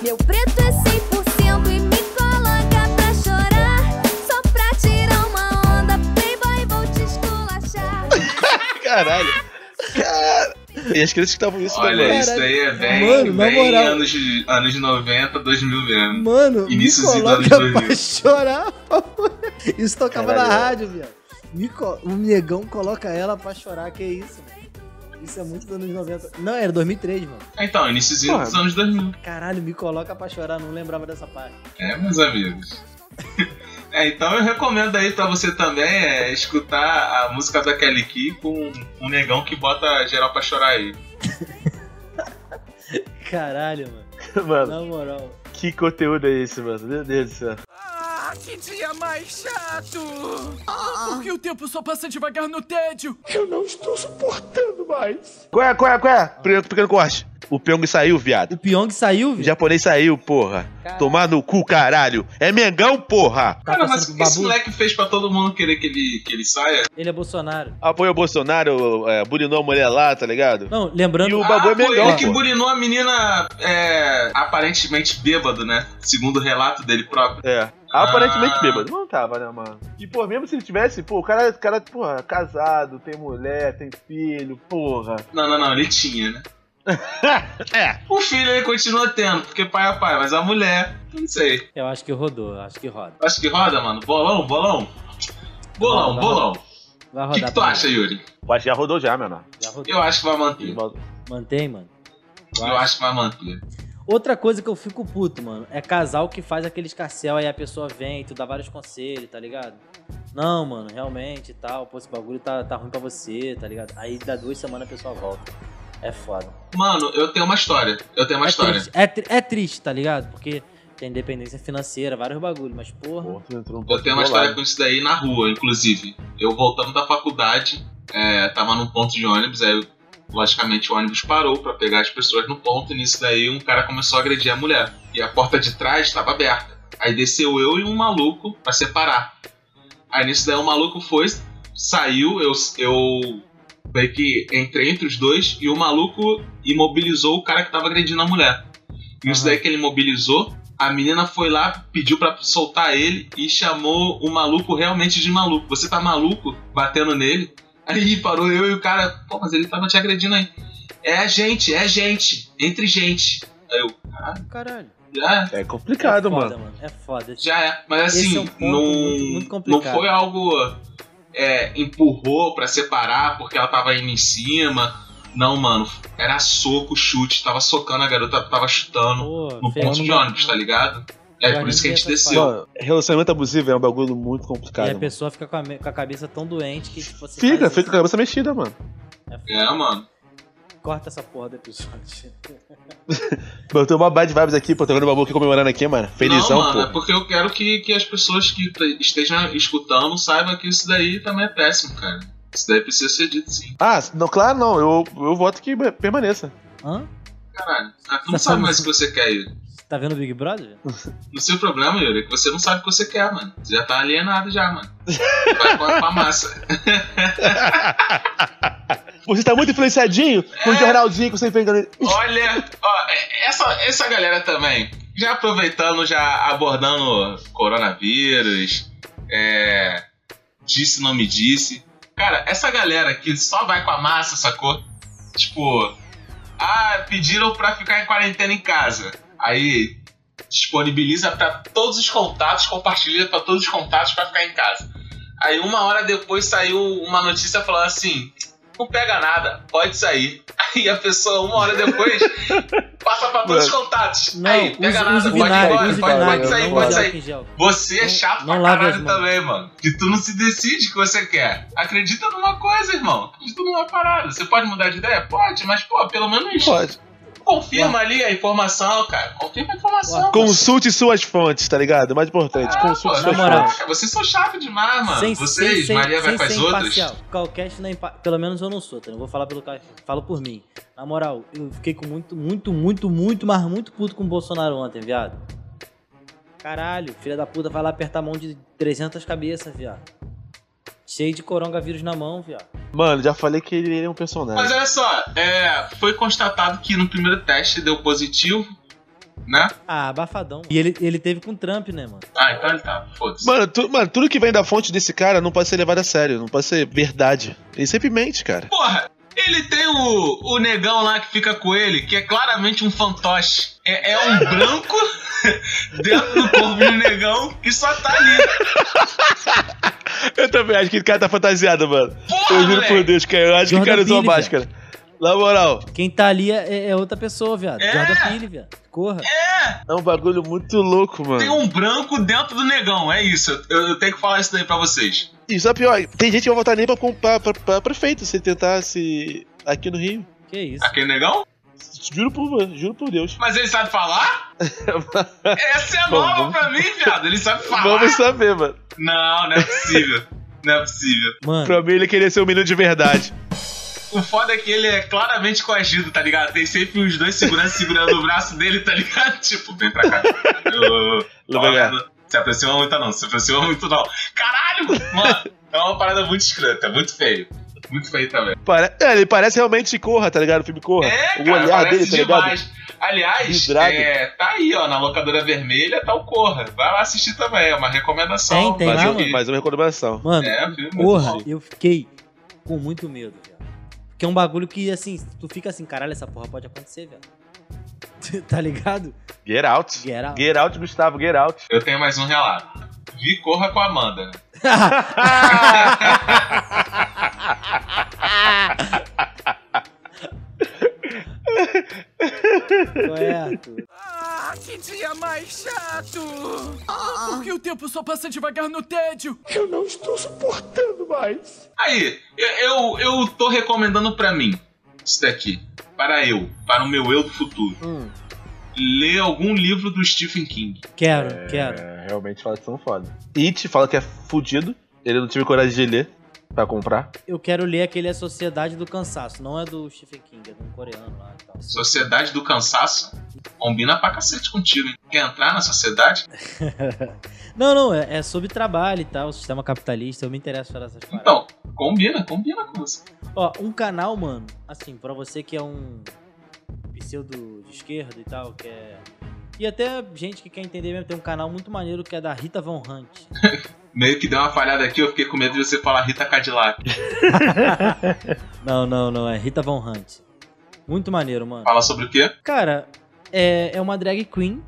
[SPEAKER 3] Meu preto é 100% e me coloca pra chorar. Só pra tirar uma onda, playboy, vou te esculachar.
[SPEAKER 7] Caralho. Cara. E as crianças que estavam isso, né,
[SPEAKER 5] Olha,
[SPEAKER 7] mano?
[SPEAKER 5] isso daí é bem,
[SPEAKER 6] Mano, na
[SPEAKER 5] bem
[SPEAKER 6] moral.
[SPEAKER 5] anos, de- anos 90, 2000 mesmo.
[SPEAKER 6] Mano,
[SPEAKER 5] Inícios
[SPEAKER 6] me
[SPEAKER 5] dos anos
[SPEAKER 6] coloca
[SPEAKER 5] 2000.
[SPEAKER 6] pra chorar. Isso tocava
[SPEAKER 2] Caralho.
[SPEAKER 6] na rádio, viado. Me co- O negão coloca ela pra chorar, que isso, mano. Isso é muito dos anos 90. Não, era 2003, mano.
[SPEAKER 5] Então, iníciozinho
[SPEAKER 7] Porra.
[SPEAKER 5] dos anos 2000.
[SPEAKER 6] Caralho, me coloca pra chorar, não lembrava dessa parte.
[SPEAKER 5] É, meus amigos. É, então eu recomendo aí pra você também é, escutar a música da Kelly Key com um negão que bota geral pra chorar aí.
[SPEAKER 6] Tá Caralho, mano.
[SPEAKER 2] Mano,
[SPEAKER 6] Na moral.
[SPEAKER 2] que conteúdo é esse, mano? Meu Deus do céu.
[SPEAKER 9] Ah, que dia mais chato! Ah, por que o tempo só passa devagar no tédio?
[SPEAKER 7] Qual é, qual é, qual é? Primeiro pequeno corte. O Pyong saiu, viado.
[SPEAKER 6] O Pyong saiu,
[SPEAKER 7] O
[SPEAKER 6] viu?
[SPEAKER 7] japonês saiu, porra. Tomar no cu, caralho. É Mengão, porra.
[SPEAKER 6] Tá
[SPEAKER 5] Cara, mas
[SPEAKER 6] passando
[SPEAKER 5] o
[SPEAKER 6] com
[SPEAKER 5] que esse
[SPEAKER 6] babu.
[SPEAKER 5] moleque fez pra todo mundo querer que ele, que ele saia?
[SPEAKER 6] Ele é Bolsonaro.
[SPEAKER 7] Apoio o Bolsonaro, é, bulinou a mulher lá, tá ligado?
[SPEAKER 6] Não, lembrando...
[SPEAKER 7] E o Babu
[SPEAKER 5] ah,
[SPEAKER 7] é
[SPEAKER 5] foi
[SPEAKER 7] Mengão,
[SPEAKER 5] ele que
[SPEAKER 7] pô.
[SPEAKER 5] bulinou a menina é, aparentemente bêbado, né? Segundo o relato dele próprio.
[SPEAKER 2] É.
[SPEAKER 5] Ah.
[SPEAKER 2] Aparentemente bêbado. Não tava, né, mano? E, pô, mesmo se ele tivesse, pô, o cara, o cara, porra, casado, tem mulher, tem filho, porra.
[SPEAKER 5] Não, não, não, ele tinha, né?
[SPEAKER 7] É.
[SPEAKER 5] O filho ele continua tendo, porque pai é pai, mas a mulher, eu não sei.
[SPEAKER 6] Eu acho que rodou, eu acho que roda.
[SPEAKER 5] Acho que roda, mano. Bolão, bolão. Bolão,
[SPEAKER 6] Roda,
[SPEAKER 5] bolão.
[SPEAKER 6] Vai
[SPEAKER 5] O que,
[SPEAKER 6] rodar.
[SPEAKER 5] que tu
[SPEAKER 6] pra
[SPEAKER 5] acha,
[SPEAKER 6] mim.
[SPEAKER 5] Yuri?
[SPEAKER 2] Eu acho que já rodou já, meu irmão.
[SPEAKER 6] Já rodou.
[SPEAKER 5] Eu acho que vai manter.
[SPEAKER 6] Mantém, mano. Vai.
[SPEAKER 5] Eu acho que vai manter.
[SPEAKER 6] Outra coisa que eu fico puto, mano, é casal que faz aqueles carcel, aí a pessoa vem e tu dá vários conselhos, tá ligado? Não, mano, realmente e tal, pô, esse bagulho tá, tá ruim pra você, tá ligado? Aí dá duas semanas a pessoa volta. É foda.
[SPEAKER 5] Mano, eu tenho uma história. Eu tenho uma
[SPEAKER 6] é,
[SPEAKER 5] história.
[SPEAKER 6] triste, é, tri- é triste, tá ligado? Porque tem dependência financeira, vários bagulhos, mas porra.
[SPEAKER 2] Pô, tu entrou num
[SPEAKER 5] Eu
[SPEAKER 2] ponto
[SPEAKER 5] tenho uma
[SPEAKER 2] bolado.
[SPEAKER 5] história com isso daí na rua, inclusive. Eu voltando da faculdade, é, tava num ponto de ônibus, aí eu- logicamente o ônibus parou pra pegar as pessoas no ponto, e nisso daí um cara começou a agredir a mulher. E a porta de trás estava aberta. Aí desceu eu e um maluco pra separar. Aí nisso daí o maluco foi, saiu, eu, eu meio que entrei entre os dois e o maluco imobilizou o cara que tava agredindo a mulher. E isso daí que ele imobilizou, a menina foi lá, pediu pra soltar ele e chamou o maluco realmente de maluco. Você tá maluco batendo nele? Aí parou eu e o cara, pô, mas ele tava te agredindo aí. É gente, é gente, entre gente. Aí eu,
[SPEAKER 6] Caralho.
[SPEAKER 5] ah,
[SPEAKER 2] É complicado,
[SPEAKER 6] é
[SPEAKER 2] mano.
[SPEAKER 6] foda, mano. É foda. Esse-
[SPEAKER 5] já é. Mas
[SPEAKER 6] Esse
[SPEAKER 5] assim,
[SPEAKER 6] é um ponto
[SPEAKER 5] não,
[SPEAKER 6] muito- muito
[SPEAKER 5] não
[SPEAKER 6] complicado.
[SPEAKER 5] foi algo é, empurrou pra separar porque ela tava indo em cima. Não, mano, era soco, chute, tava socando a garota, tava chutando
[SPEAKER 6] Pô,
[SPEAKER 5] no ponto de ônibus, tá ligado? É
[SPEAKER 6] Eu
[SPEAKER 5] por isso que a gente
[SPEAKER 6] arrepio essa
[SPEAKER 5] desceu.
[SPEAKER 2] Mano, relacionamento abusivo é um bagulho muito complicado.
[SPEAKER 6] é E a
[SPEAKER 2] mano.
[SPEAKER 6] pessoa fica com a, me- com a cabeça tão doente que, tipo, você
[SPEAKER 2] Fica,
[SPEAKER 6] faz
[SPEAKER 2] fica com a cabeça mexida, mano.
[SPEAKER 6] isso.
[SPEAKER 5] É, mano.
[SPEAKER 6] Corta essa porra do episódio.
[SPEAKER 2] Eu tô uma bad vibes aqui, pô, tô vendo o babu aqui comemorando aqui, mano. Felizão,
[SPEAKER 5] não, mano, é
[SPEAKER 2] pô.
[SPEAKER 5] porque eu quero que, que as pessoas que t- estejam escutando saibam que isso daí também é péssimo, cara. Isso daí precisa ser dito sim.
[SPEAKER 2] Ah, não, claro não, eu, eu voto que permaneça.
[SPEAKER 6] Hã?
[SPEAKER 5] Caralho, Ah, tu não sabe mais o que você quer, Yuri.
[SPEAKER 6] Tá vendo o Big Brother?
[SPEAKER 5] O seu problema, Yuri, é que você não sabe o que você quer, mano. Você já tá alienado já, mano. Vai pra pra massa.
[SPEAKER 2] Você tá muito influenciadinho com
[SPEAKER 5] É.
[SPEAKER 2] o jornalzinho que você fez. ali.
[SPEAKER 5] Olha, ó, é, essa, essa galera também, já aproveitando, já abordando coronavírus, é, disse, não me disse. Cara, essa galera que só vai com a massa, sacou? Tipo, ah, pediram pra ficar em quarentena em casa. Aí disponibiliza pra todos os contatos, compartilha pra todos os contatos pra ficar em casa. Aí uma hora depois saiu uma notícia falando assim: não pega nada, pode sair. Aí a pessoa, uma hora depois, passa pra todos os contatos.
[SPEAKER 6] Não,
[SPEAKER 5] Aí, pega
[SPEAKER 6] use,
[SPEAKER 5] nada,
[SPEAKER 6] use
[SPEAKER 5] pode ir
[SPEAKER 6] vinagre,
[SPEAKER 5] embora,
[SPEAKER 6] use
[SPEAKER 5] pode,
[SPEAKER 6] vinagre.
[SPEAKER 5] pode sair,
[SPEAKER 6] não
[SPEAKER 5] pode
[SPEAKER 6] use
[SPEAKER 5] sair.
[SPEAKER 6] álcool em gel.
[SPEAKER 5] Você é
[SPEAKER 6] Não-
[SPEAKER 5] chato
[SPEAKER 6] não
[SPEAKER 5] pra
[SPEAKER 6] lave as
[SPEAKER 5] caralho
[SPEAKER 6] mãos.
[SPEAKER 5] também, mano. Que tu não se decide o que você quer. Acredita numa coisa, irmão. Acredita numa parada. Você pode mudar de ideia? Pode, mas, pô, pelo menos
[SPEAKER 2] Pode.
[SPEAKER 5] Confirma ali a informação, cara. Confirma a informação.
[SPEAKER 7] Consulte suas fontes, tá ligado?
[SPEAKER 2] É
[SPEAKER 7] O mais importante, consulte
[SPEAKER 5] Ah, Pô,
[SPEAKER 7] suas
[SPEAKER 5] na moral.
[SPEAKER 7] fontes.
[SPEAKER 5] Cara, vocês são chato demais, mano. vocês, Maria vai com as outras.
[SPEAKER 6] Calcast não é impa... Pelo menos eu não sou, tá? Não vou falar pelo cara. Falo por mim. Na moral, eu fiquei com muito, muito, muito, muito, mas muito puto com o Bolsonaro ontem, viado. Caralho, filha da puta vai lá apertar a mão de 300 cabeças, viado. Cheio de coronavírus na mão, viado.
[SPEAKER 7] Mano, já falei que ele é um personagem.
[SPEAKER 5] Mas olha só, é, foi constatado que no primeiro teste deu positivo, né?
[SPEAKER 6] Ah, abafadão. E ele, ele teve com o Trump, né, mano?
[SPEAKER 5] Ah, então ele tá, foda-se.
[SPEAKER 7] Mano, tu- mano, tudo que vem da fonte desse cara não pode ser levado a sério, não pode ser verdade. Ele sempre mente, cara.
[SPEAKER 5] Porra, ele tem o, o negão lá que fica com ele, que é claramente um fantoche. É, é um branco dentro do corpo de um negão que só tá ali.
[SPEAKER 7] Eu também acho que o cara tá fantasiado, mano.
[SPEAKER 5] Porra,
[SPEAKER 7] eu juro por
[SPEAKER 5] moleque.
[SPEAKER 7] Deus, cara. Eu acho que
[SPEAKER 6] Jordan
[SPEAKER 7] o cara usou a
[SPEAKER 6] Peele,
[SPEAKER 7] máscara. Na moral,
[SPEAKER 6] Quem tá ali é, é outra pessoa, viado.
[SPEAKER 5] É.
[SPEAKER 6] Jordan Peele, viado. Corra.
[SPEAKER 7] é um bagulho muito louco, mano.
[SPEAKER 5] Tem um branco dentro do negão, é isso. Eu, eu tenho que falar isso daí pra vocês.
[SPEAKER 7] E só pior, tem gente que vai votar nem pra, pra, pra, pra prefeito se tentasse aqui no Rio.
[SPEAKER 6] Que isso.
[SPEAKER 5] Aquele negão?
[SPEAKER 7] Juro por, juro por Deus.
[SPEAKER 5] Mas ele sabe falar? Essa é
[SPEAKER 7] Bom,
[SPEAKER 5] nova
[SPEAKER 7] vamos-
[SPEAKER 5] pra mim, viado. Ele sabe falar.
[SPEAKER 7] Vamos saber, mano.
[SPEAKER 5] Não, não é possível. Não é possível.
[SPEAKER 6] Mano,
[SPEAKER 7] Pra mim, ele queria ser um menino de verdade.
[SPEAKER 5] O foda é que ele é claramente coagido, tá ligado? Tem sempre os dois seguranças segurando o braço dele, tá ligado? Tipo, vem pra cá. Ô, ô, ó,
[SPEAKER 7] Lá vai cá.
[SPEAKER 5] não Se aproxima muito, não. Se aproxima muito, não. Caralho! Mano, é uma parada muito escrota, muito feio. Muito feio também.
[SPEAKER 7] Pare- É, ele parece realmente Corra, tá ligado? O filme Corra.
[SPEAKER 5] É,
[SPEAKER 7] o
[SPEAKER 5] cara,
[SPEAKER 7] olhar
[SPEAKER 5] parece
[SPEAKER 7] dele, tá ligado?
[SPEAKER 5] demais. Aliás,
[SPEAKER 7] Vidrado.
[SPEAKER 5] é, tá aí, ó, na locadora vermelha, tá o Corra. Vai lá assistir também, é uma recomendação.
[SPEAKER 6] Tem, tem
[SPEAKER 5] Mas
[SPEAKER 6] lá, um
[SPEAKER 5] eu
[SPEAKER 6] mano?
[SPEAKER 5] vi.
[SPEAKER 7] Mais uma recomendação.
[SPEAKER 6] mano.
[SPEAKER 5] É, viu?
[SPEAKER 6] Porra, eu fiquei com muito medo, velho. Porque é um bagulho que, assim, tu fica assim, caralho, essa porra pode acontecer, velho. tá ligado?
[SPEAKER 7] Get out.
[SPEAKER 6] Get out.
[SPEAKER 7] Get out, Gustavo, get out.
[SPEAKER 5] Eu tenho mais um relato. Vi Corra com a Amanda, né?
[SPEAKER 6] Correto.
[SPEAKER 9] Ah, que dia mais chato! Ah, por que o tempo só passa devagar no tédio?
[SPEAKER 5] Aí, eu, eu, eu tô recomendando pra mim isso daqui. Para eu, para o meu eu do futuro.
[SPEAKER 6] Hum.
[SPEAKER 5] Ler algum livro do Stephen King.
[SPEAKER 6] Quero, quero.
[SPEAKER 7] É, realmente fala que são foda. It fala que é fudido. Ele não tive coragem de ler pra comprar.
[SPEAKER 6] Eu quero ler aquele A Sociedade do Cansaço. Não é do Stephen King, é de um coreano lá e tal.
[SPEAKER 5] Sociedade do Cansaço. Combina pra cacete contigo, hein? Quer entrar na sociedade?
[SPEAKER 6] Não, não, é, é sobre trabalho e tal, sistema capitalista. Eu me interesso por essas paradas.
[SPEAKER 5] Então, combina, combina com você.
[SPEAKER 6] Ó, um canal, mano, assim, pra você que é um pseudo de esquerda e tal, que é. E até gente que quer entender mesmo, tem um canal muito maneiro que é da Rita Von Hunt.
[SPEAKER 5] Meio que deu uma falhada aqui, eu fiquei com medo de você falar Rita Cadillac.
[SPEAKER 6] Não, não, não, é Rita Von Hunt. Muito maneiro, mano.
[SPEAKER 5] Fala sobre o quê?
[SPEAKER 6] Cara, é, é uma drag queen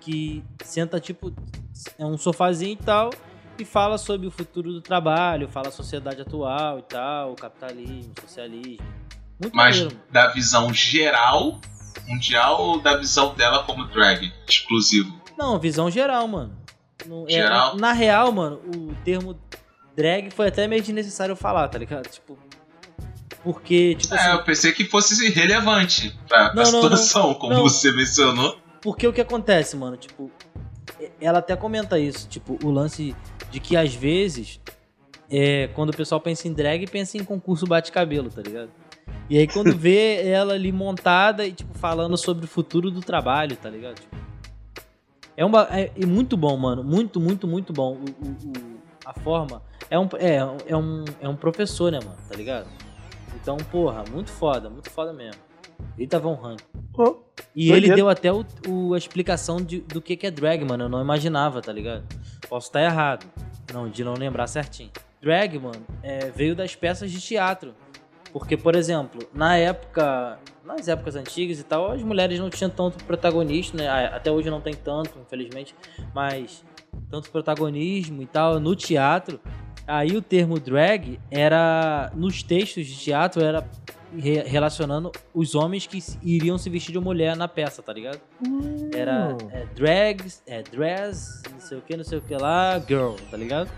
[SPEAKER 6] que senta, tipo, é um sofazinho e tal, e fala sobre o futuro do trabalho, fala a sociedade atual e tal, capitalismo, socialismo. Muito
[SPEAKER 5] Mas
[SPEAKER 6] maneiro, mano.
[SPEAKER 5] da visão geral, mundial, ou da visão dela como drag, exclusivo?
[SPEAKER 6] Não, visão geral, mano. Não- é,
[SPEAKER 5] Geral?
[SPEAKER 6] na real, mano, o termo drag foi até meio desnecessário falar, tá ligado? Tipo. Porque, tipo
[SPEAKER 5] É,
[SPEAKER 6] assim,
[SPEAKER 5] eu pensei que fosse relevante pra, pra
[SPEAKER 6] Não, não,
[SPEAKER 5] situação, como
[SPEAKER 6] Não.
[SPEAKER 5] você mencionou.
[SPEAKER 6] porque o que acontece, mano? Tipo, e- ela até comenta isso, tipo, o lance de que às vezes, é, quando o pessoal pensa em drag, pensa em concurso bate-cabelo, tá ligado? E aí quando vê ela ali montada e, tipo, falando sobre o futuro do trabalho, tá ligado? Tipo, é, um ba- é, é muito bom, mano. Muito, muito, muito bom. O- o- o- a forma. É um, é, é, um, é um professor, né, mano? Tá ligado? Então, porra, muito foda, muito foda mesmo. Rita Von Hunt.
[SPEAKER 7] Pô,
[SPEAKER 6] E
[SPEAKER 7] doideira.
[SPEAKER 6] ele deu até o, o- a explicação de- do que, que é drag, mano. Eu não imaginava, tá ligado? Posso estar errado. Não, de não lembrar certinho. Drag, mano, é, veio das peças de teatro. Porque, por exemplo, na época. Nas épocas antigas e tal, as mulheres não tinham tanto protagonismo, né? Ah, Até hoje não tem tanto, infelizmente. Mas tanto protagonismo e tal no teatro. Aí o termo drag era. Nos textos de teatro era re- relacionando os homens que se- iriam se vestir de mulher na peça, tá ligado? Era é, drags, é, dress, não sei o que, não sei o que lá, girl, tá ligado?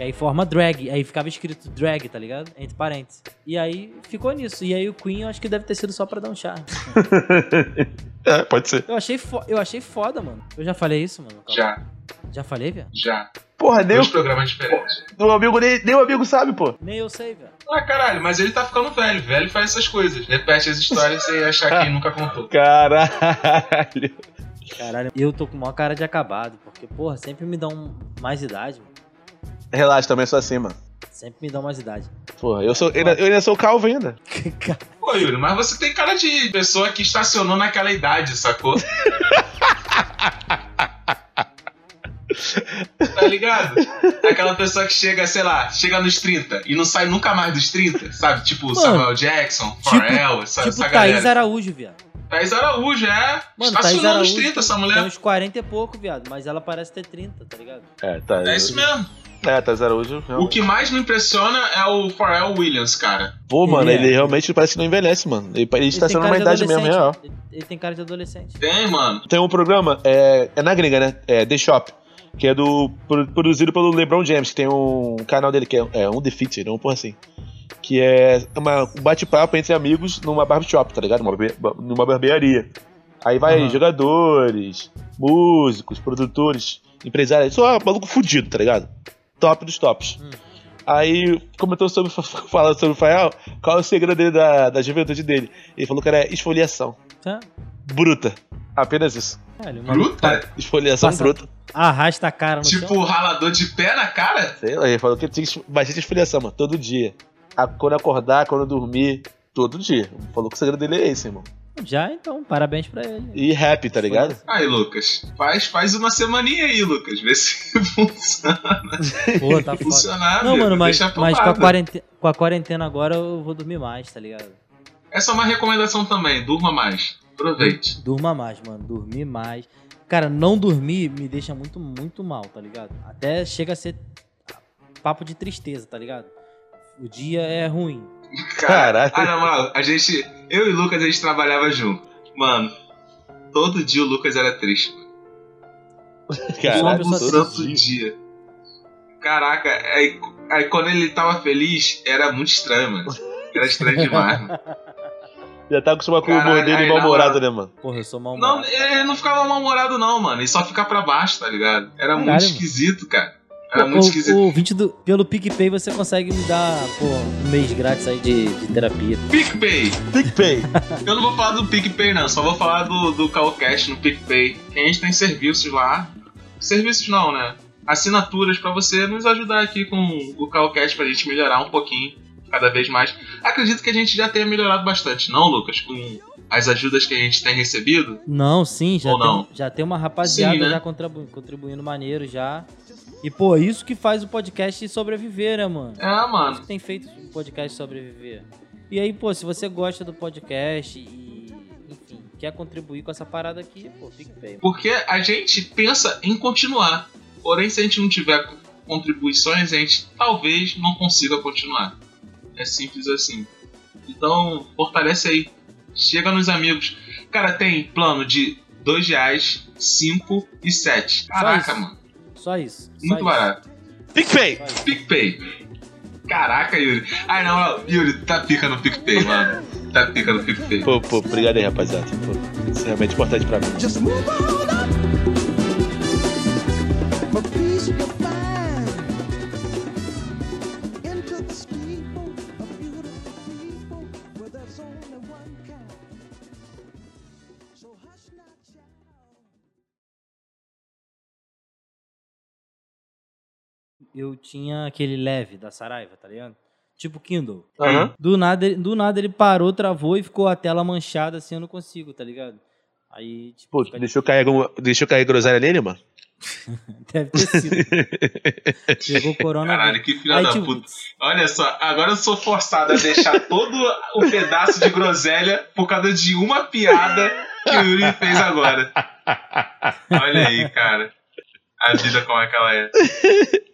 [SPEAKER 6] E aí forma drag. Aí ficava escrito drag, tá ligado? Entre parênteses. E aí ficou nisso. E aí o Queen eu acho que deve ter sido só pra dar um charme.
[SPEAKER 7] É, pode ser.
[SPEAKER 6] Eu achei, fo- eu achei foda, mano. Eu já falei isso, mano.
[SPEAKER 5] Já,
[SPEAKER 6] Já falei, velho?
[SPEAKER 5] já. um
[SPEAKER 2] Porra, nem
[SPEAKER 5] Dois
[SPEAKER 2] o,
[SPEAKER 5] programas diferentes.
[SPEAKER 2] nem o amigo, nem, nem o amigo sabe, pô.
[SPEAKER 6] Nem eu sei, velho.
[SPEAKER 5] Ah, caralho, mas ele tá ficando velho. Velho faz essas coisas. Repete as histórias sem achar que nunca contou.
[SPEAKER 2] Caralho.
[SPEAKER 6] Caralho, eu tô com maior cara de acabado, porque, porra, sempre me dão mais idade, mano.
[SPEAKER 2] Relaxa, também sou assim, mano.
[SPEAKER 6] Sempre me dão mais idade.
[SPEAKER 2] Porra, eu, sou, eu, ainda, eu ainda sou calvo ainda.
[SPEAKER 5] Pô, Yuri, mas você tem cara de pessoa que estacionou naquela idade, sacou? tá ligado? Aquela pessoa que chega, sei lá, chega nos 30 e não sai nunca mais dos 30, sabe? Tipo
[SPEAKER 6] Mano,
[SPEAKER 5] Samuel Jackson, Pharrell, essa,
[SPEAKER 6] tipo
[SPEAKER 5] essa
[SPEAKER 6] Thaís
[SPEAKER 5] galera.
[SPEAKER 6] Araújo, viado.
[SPEAKER 5] Thaís Araújo, é.
[SPEAKER 6] Mano, Thaís
[SPEAKER 5] Estacionou nos
[SPEAKER 6] Araújo
[SPEAKER 5] 30 essa
[SPEAKER 6] tem
[SPEAKER 5] mulher.
[SPEAKER 6] uns 40 e pouco, viado, mas ela parece ter 30, tá ligado?
[SPEAKER 2] É, tá.
[SPEAKER 5] É isso mesmo.
[SPEAKER 2] É, tá Araújo.
[SPEAKER 5] O que mais me impressiona é o Pharrell Williams, cara.
[SPEAKER 2] Pô, mano,
[SPEAKER 6] Ele é.
[SPEAKER 2] ele realmente parece que não envelhece, mano. Ele, ele
[SPEAKER 6] Ele
[SPEAKER 2] está
[SPEAKER 6] tem
[SPEAKER 2] sendo
[SPEAKER 6] cara
[SPEAKER 2] uma
[SPEAKER 6] de
[SPEAKER 2] idade mesmo, é, real.
[SPEAKER 6] adolescente. Ele- Ele tem cara de adolescente.
[SPEAKER 5] Tem, mano.
[SPEAKER 2] Tem um programa, é, é na gringa, né? É The Shop. Que é do. pro- produzido pelo LeBron James, que tem um canal dele que é, é um Defeated, um porra assim. Que é uma, um bate-papo entre amigos numa barbershop, tá ligado? Uma barbe- ba- numa barbearia. Aí vai
[SPEAKER 6] Aham.
[SPEAKER 2] jogadores, músicos, produtores, empresários, só maluco fudido, tá ligado? Top dos tops.
[SPEAKER 6] Hum.
[SPEAKER 2] Aí comentou sobre falando sobre o Fael, qual é o segredo dele da, da juventude dele. Ele falou que era esfoliação.
[SPEAKER 5] É.
[SPEAKER 6] Tá?
[SPEAKER 2] Bruta. Apenas isso.
[SPEAKER 6] Caralho, mano.
[SPEAKER 5] Bruta?
[SPEAKER 2] Esfoliação
[SPEAKER 6] Passa-
[SPEAKER 2] bruta.
[SPEAKER 6] Arrasta a cara no chão.
[SPEAKER 5] Tipo, ralador de pé na cara?
[SPEAKER 2] Sei lá, ele falou que tinha esfo- bastante esfoliação, mano. Todo dia. A- quando acordar, quando dormir. Todo dia. Falou que o segredo dele é esse, irmão.
[SPEAKER 6] Já então, parabéns pra ele.
[SPEAKER 2] E rap, tá ligado?
[SPEAKER 5] Aí, Lucas, faz, faz uma semaninha aí, Lucas. Vê se funciona.
[SPEAKER 6] Pô, tá foda.
[SPEAKER 5] funcionar,
[SPEAKER 6] Não,
[SPEAKER 5] meu.
[SPEAKER 6] mano, mas,
[SPEAKER 5] é Deixa
[SPEAKER 6] mas com, a
[SPEAKER 5] aprovado.
[SPEAKER 6] quarentena, com a quarentena agora eu vou dormir mais, tá ligado?
[SPEAKER 5] Essa é uma recomendação também. Durma mais. Aproveite.
[SPEAKER 6] Durma mais, mano. Dormir mais. Cara, não dormir me deixa muito, muito mal, tá ligado? Até chega a ser papo de tristeza, tá ligado? O dia é ruim.
[SPEAKER 2] Caralho.
[SPEAKER 5] Ah, na moral, a gente... Eu e o Lucas, a gente trabalhava junto. Mano, todo dia o Lucas era triste.
[SPEAKER 2] Caralho,
[SPEAKER 6] eu sou
[SPEAKER 5] todo
[SPEAKER 6] uma
[SPEAKER 2] todo
[SPEAKER 6] pessoa
[SPEAKER 5] santo
[SPEAKER 2] dia.
[SPEAKER 5] dia. Caraca, aí, aí quando ele tava feliz, era muito estranho, mano. Era estranho demais, mano.
[SPEAKER 2] Já tá acostumado com o humor
[SPEAKER 5] Caralho,
[SPEAKER 2] dele
[SPEAKER 5] aí,
[SPEAKER 2] mal-humorado, né, mano?
[SPEAKER 6] Porra, eu sou mal
[SPEAKER 5] Não, é, ele não ficava mal-humorado, não, mano. Ele só ficava pra baixo, tá ligado? Era
[SPEAKER 6] Caralho,
[SPEAKER 5] muito
[SPEAKER 6] mano.
[SPEAKER 5] esquisito, cara. Era é muito esquisito.
[SPEAKER 6] o, o, ouvinte do, pelo PicPay você consegue me dar, pô, um mês grátis aí de, de terapia.
[SPEAKER 5] PicPay!
[SPEAKER 2] PicPay.
[SPEAKER 5] Eu não vou falar do PicPay, não. Só vou falar do, do Calcast no PicPay. Que a gente tem serviços lá. Serviços não, né? Assinaturas pra você nos ajudar aqui com o Calcast pra gente melhorar um pouquinho cada vez mais. Acredito que a gente já tenha melhorado bastante, não, Lucas? Com as ajudas que a gente tem recebido.
[SPEAKER 6] Não, sim, já,
[SPEAKER 5] Ou
[SPEAKER 6] tem,
[SPEAKER 5] não?
[SPEAKER 6] já tem uma rapaziada
[SPEAKER 5] Sim, né?
[SPEAKER 6] já contribu- contribuindo maneiro já. E, pô, é isso que faz o podcast sobreviver, né, mano?
[SPEAKER 5] É, mano.
[SPEAKER 6] Isso que tem feito o podcast sobreviver. E aí, pô, se você gosta do podcast e, enfim, quer contribuir com essa parada aqui, pô, PicPay.
[SPEAKER 5] Porque a gente pensa em continuar. Porém, se a gente não tiver contribuições, a gente talvez não consiga continuar. É simples assim. Então, fortalece aí. Chega nos amigos. Cara, tem plano de dois reais, 5 e 7. Caraca,
[SPEAKER 6] isso.
[SPEAKER 5] mano.
[SPEAKER 6] Só isso. Só
[SPEAKER 5] Muito
[SPEAKER 6] isso.
[SPEAKER 5] barato.
[SPEAKER 7] PicPay!
[SPEAKER 6] Só isso.
[SPEAKER 5] PicPay. Caraca, Yuri. Ai, não, não. Yuri, tá pica no PicPay, mano. Tá pica no PicPay.
[SPEAKER 2] Pô, pô, obrigado aí, rapaziada. Pô, isso é realmente importante pra mim.
[SPEAKER 12] Just move on up. My feet will find into this people, a beautiful people, where there's only one kind. So hush not, child.
[SPEAKER 6] Eu tinha aquele leve da Saraiva, tá ligado? Tipo Kindle.
[SPEAKER 2] Aham.
[SPEAKER 6] Do nada, ele- do nada ele parou, travou e ficou a tela manchada assim, eu não consigo, tá ligado? Aí, tipo,
[SPEAKER 2] Pô,
[SPEAKER 6] fica-
[SPEAKER 2] deixou cair, alguma- deixou cair groselha nele, mano?
[SPEAKER 6] deve ter sido. Chegou corona.
[SPEAKER 5] Caralho, que filha
[SPEAKER 6] Aí,
[SPEAKER 5] da
[SPEAKER 6] tipo,
[SPEAKER 5] puta. Olha só, agora eu sou forçado a deixar todo o pedaço de groselha por causa de uma piada que o Yuri fez agora. Olha aí, cara. A vida como é que ela é.